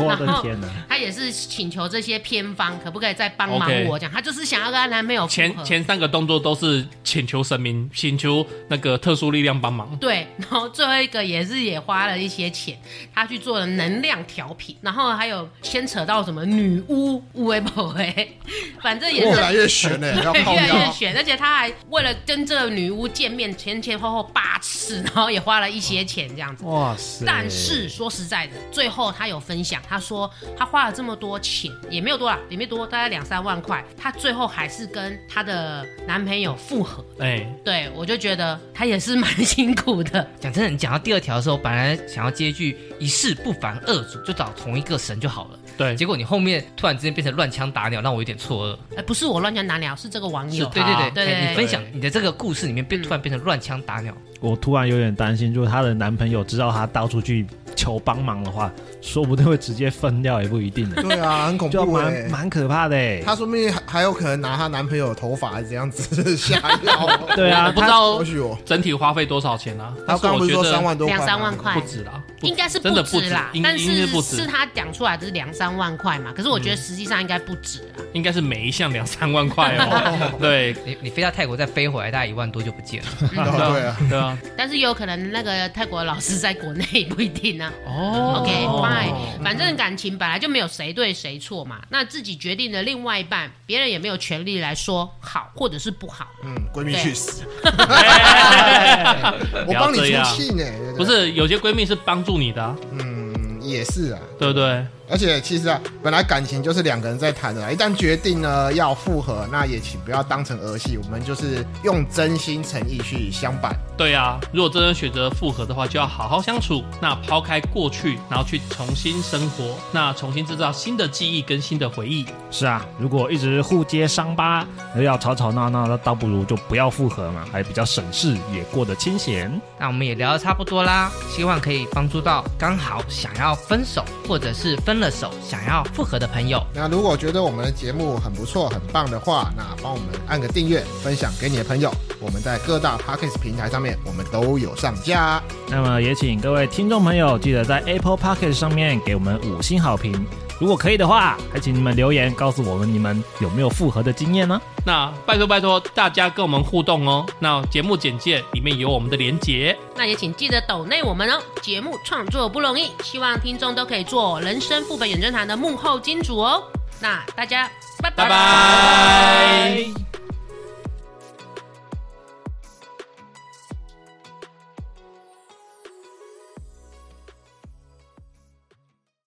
[SPEAKER 7] 我的天 哪！
[SPEAKER 1] 他也是请求这些偏方可不可以再帮忙
[SPEAKER 4] OK
[SPEAKER 1] 我这样，他就是想要跟他男朋友复合
[SPEAKER 4] 前。前三个动作都是请求神明，请求那个特殊力量帮忙。
[SPEAKER 1] 对，然后最后一个也是也花了一些钱，他去做了能量调频，然后还有牵扯到什么女巫巫为婆哎，反正也
[SPEAKER 2] 越
[SPEAKER 1] 是
[SPEAKER 2] 哦来越悬呢，要
[SPEAKER 1] 对，
[SPEAKER 2] 靠
[SPEAKER 1] 越来越
[SPEAKER 2] 腰。
[SPEAKER 1] 悬，而且他还为了跟这个女巫见面，前前后后八次，然后也花了一些钱这样子。
[SPEAKER 7] 哇塞！
[SPEAKER 1] 但是说实在的，最后他有分享，他说他花了这么多钱，也没有多啦，也没多，大概两三万块，他最后还是跟她的男朋友复合。
[SPEAKER 4] 哎，
[SPEAKER 1] 对我就觉得他也是蛮辛苦的。
[SPEAKER 3] 讲真的，你讲到第二条的时候，本来想要接一句“一世不凡二主”，就找同一个神就好了。
[SPEAKER 4] 对，
[SPEAKER 3] 结果你后面突然之间变成乱枪打鸟，让我有点错愕。
[SPEAKER 1] 哎，不是我乱讲哪鸟，是这个网
[SPEAKER 3] 是
[SPEAKER 1] 友。
[SPEAKER 3] 对对对，
[SPEAKER 1] 对
[SPEAKER 3] 哎你分享
[SPEAKER 4] 对
[SPEAKER 3] 你的这个故事里面变
[SPEAKER 1] 嗯
[SPEAKER 3] 突然变成乱枪打鸟，
[SPEAKER 7] 我突然有点担心，就是她的男朋友知道她到处去求帮忙的话，说不定会直接分掉，也不一 定呢
[SPEAKER 2] 对啊，很恐
[SPEAKER 7] 就
[SPEAKER 2] 怖
[SPEAKER 7] 蛮
[SPEAKER 2] 哎。
[SPEAKER 7] 蛮可怕的哎。
[SPEAKER 2] 她说不定还还有可能拿她男朋友的头发这样子下 药。
[SPEAKER 7] 对
[SPEAKER 4] 我
[SPEAKER 7] 啊，
[SPEAKER 4] 不知道
[SPEAKER 2] 或许我，
[SPEAKER 4] 整体花费多少钱啊？
[SPEAKER 2] 她
[SPEAKER 4] 但是
[SPEAKER 2] 刚刚不是
[SPEAKER 4] 我觉
[SPEAKER 2] 说三
[SPEAKER 4] 得
[SPEAKER 2] 万多块吗，
[SPEAKER 1] 两三万块
[SPEAKER 4] 不止啦，不止
[SPEAKER 1] 应该是
[SPEAKER 4] 真的不
[SPEAKER 1] 止啦，
[SPEAKER 4] 应
[SPEAKER 1] 但
[SPEAKER 4] 应该
[SPEAKER 1] 嗯是
[SPEAKER 4] 不
[SPEAKER 1] 是
[SPEAKER 4] 止，
[SPEAKER 1] 他讲出来的是两三万块嘛，可是我觉得实际上应该不止啦。
[SPEAKER 4] 应该是每一项两三万块 哦。对，
[SPEAKER 3] 你你飞到泰国再飞回来，大概一万多就不见了。
[SPEAKER 2] 哦 对啊，
[SPEAKER 4] 对啊。
[SPEAKER 1] 但是也有可能那个泰国的老师在国内也不一定啊。
[SPEAKER 4] 哦
[SPEAKER 1] OK fine，反正感情本来就没有谁对谁错嘛，那自己决定的另外一半，别人也没有权利来说好或者是不好。
[SPEAKER 2] 嗯，闺蜜
[SPEAKER 1] 对
[SPEAKER 2] 去死，
[SPEAKER 4] 我
[SPEAKER 2] 我帮你出气呢。对
[SPEAKER 4] 不，是有些闺蜜是帮助你的啊，
[SPEAKER 2] 嗯，也是啊。
[SPEAKER 4] 对不对？
[SPEAKER 2] 而且其实啊，本来感情就是两个人在谈的啦，一旦决定呢要复合，那也请不要当成儿戏，我们就是用真心诚意去相伴。
[SPEAKER 4] 对啊，如果真的选择复合的话，就要好好相处。那抛开过去，然后去重新生活，那重新制造新的记忆跟新的回忆。
[SPEAKER 7] 是啊，如果一直互揭伤疤，要吵吵闹闹，那倒不如就不要复合嘛，还比较省事，也过得清闲。
[SPEAKER 3] 那我们也聊得差不多啦，希望可以帮助到刚好想要分手或者是分了手想要复合的朋友。
[SPEAKER 2] 那如果觉得我们的节目很不错、很棒的话，那帮我们按个订阅，分享给你的朋友。我们在各大 podcast 平台上面，我们都有上架。
[SPEAKER 7] 那么也请各位听众朋友记得在 Apple p o c k e t 上面给我们五星好评，如果可以的话，还请你们留言告诉我们你们有没有复合的经验呢？
[SPEAKER 4] 那拜托拜托大家跟我们互动哦。那节目简介里面有我们的连结。
[SPEAKER 1] 那也请记得抖内我们哦，节目创作不容易，希望听众都可以做人生副本远征团的幕后金主哦。那大家拜
[SPEAKER 4] 拜拜。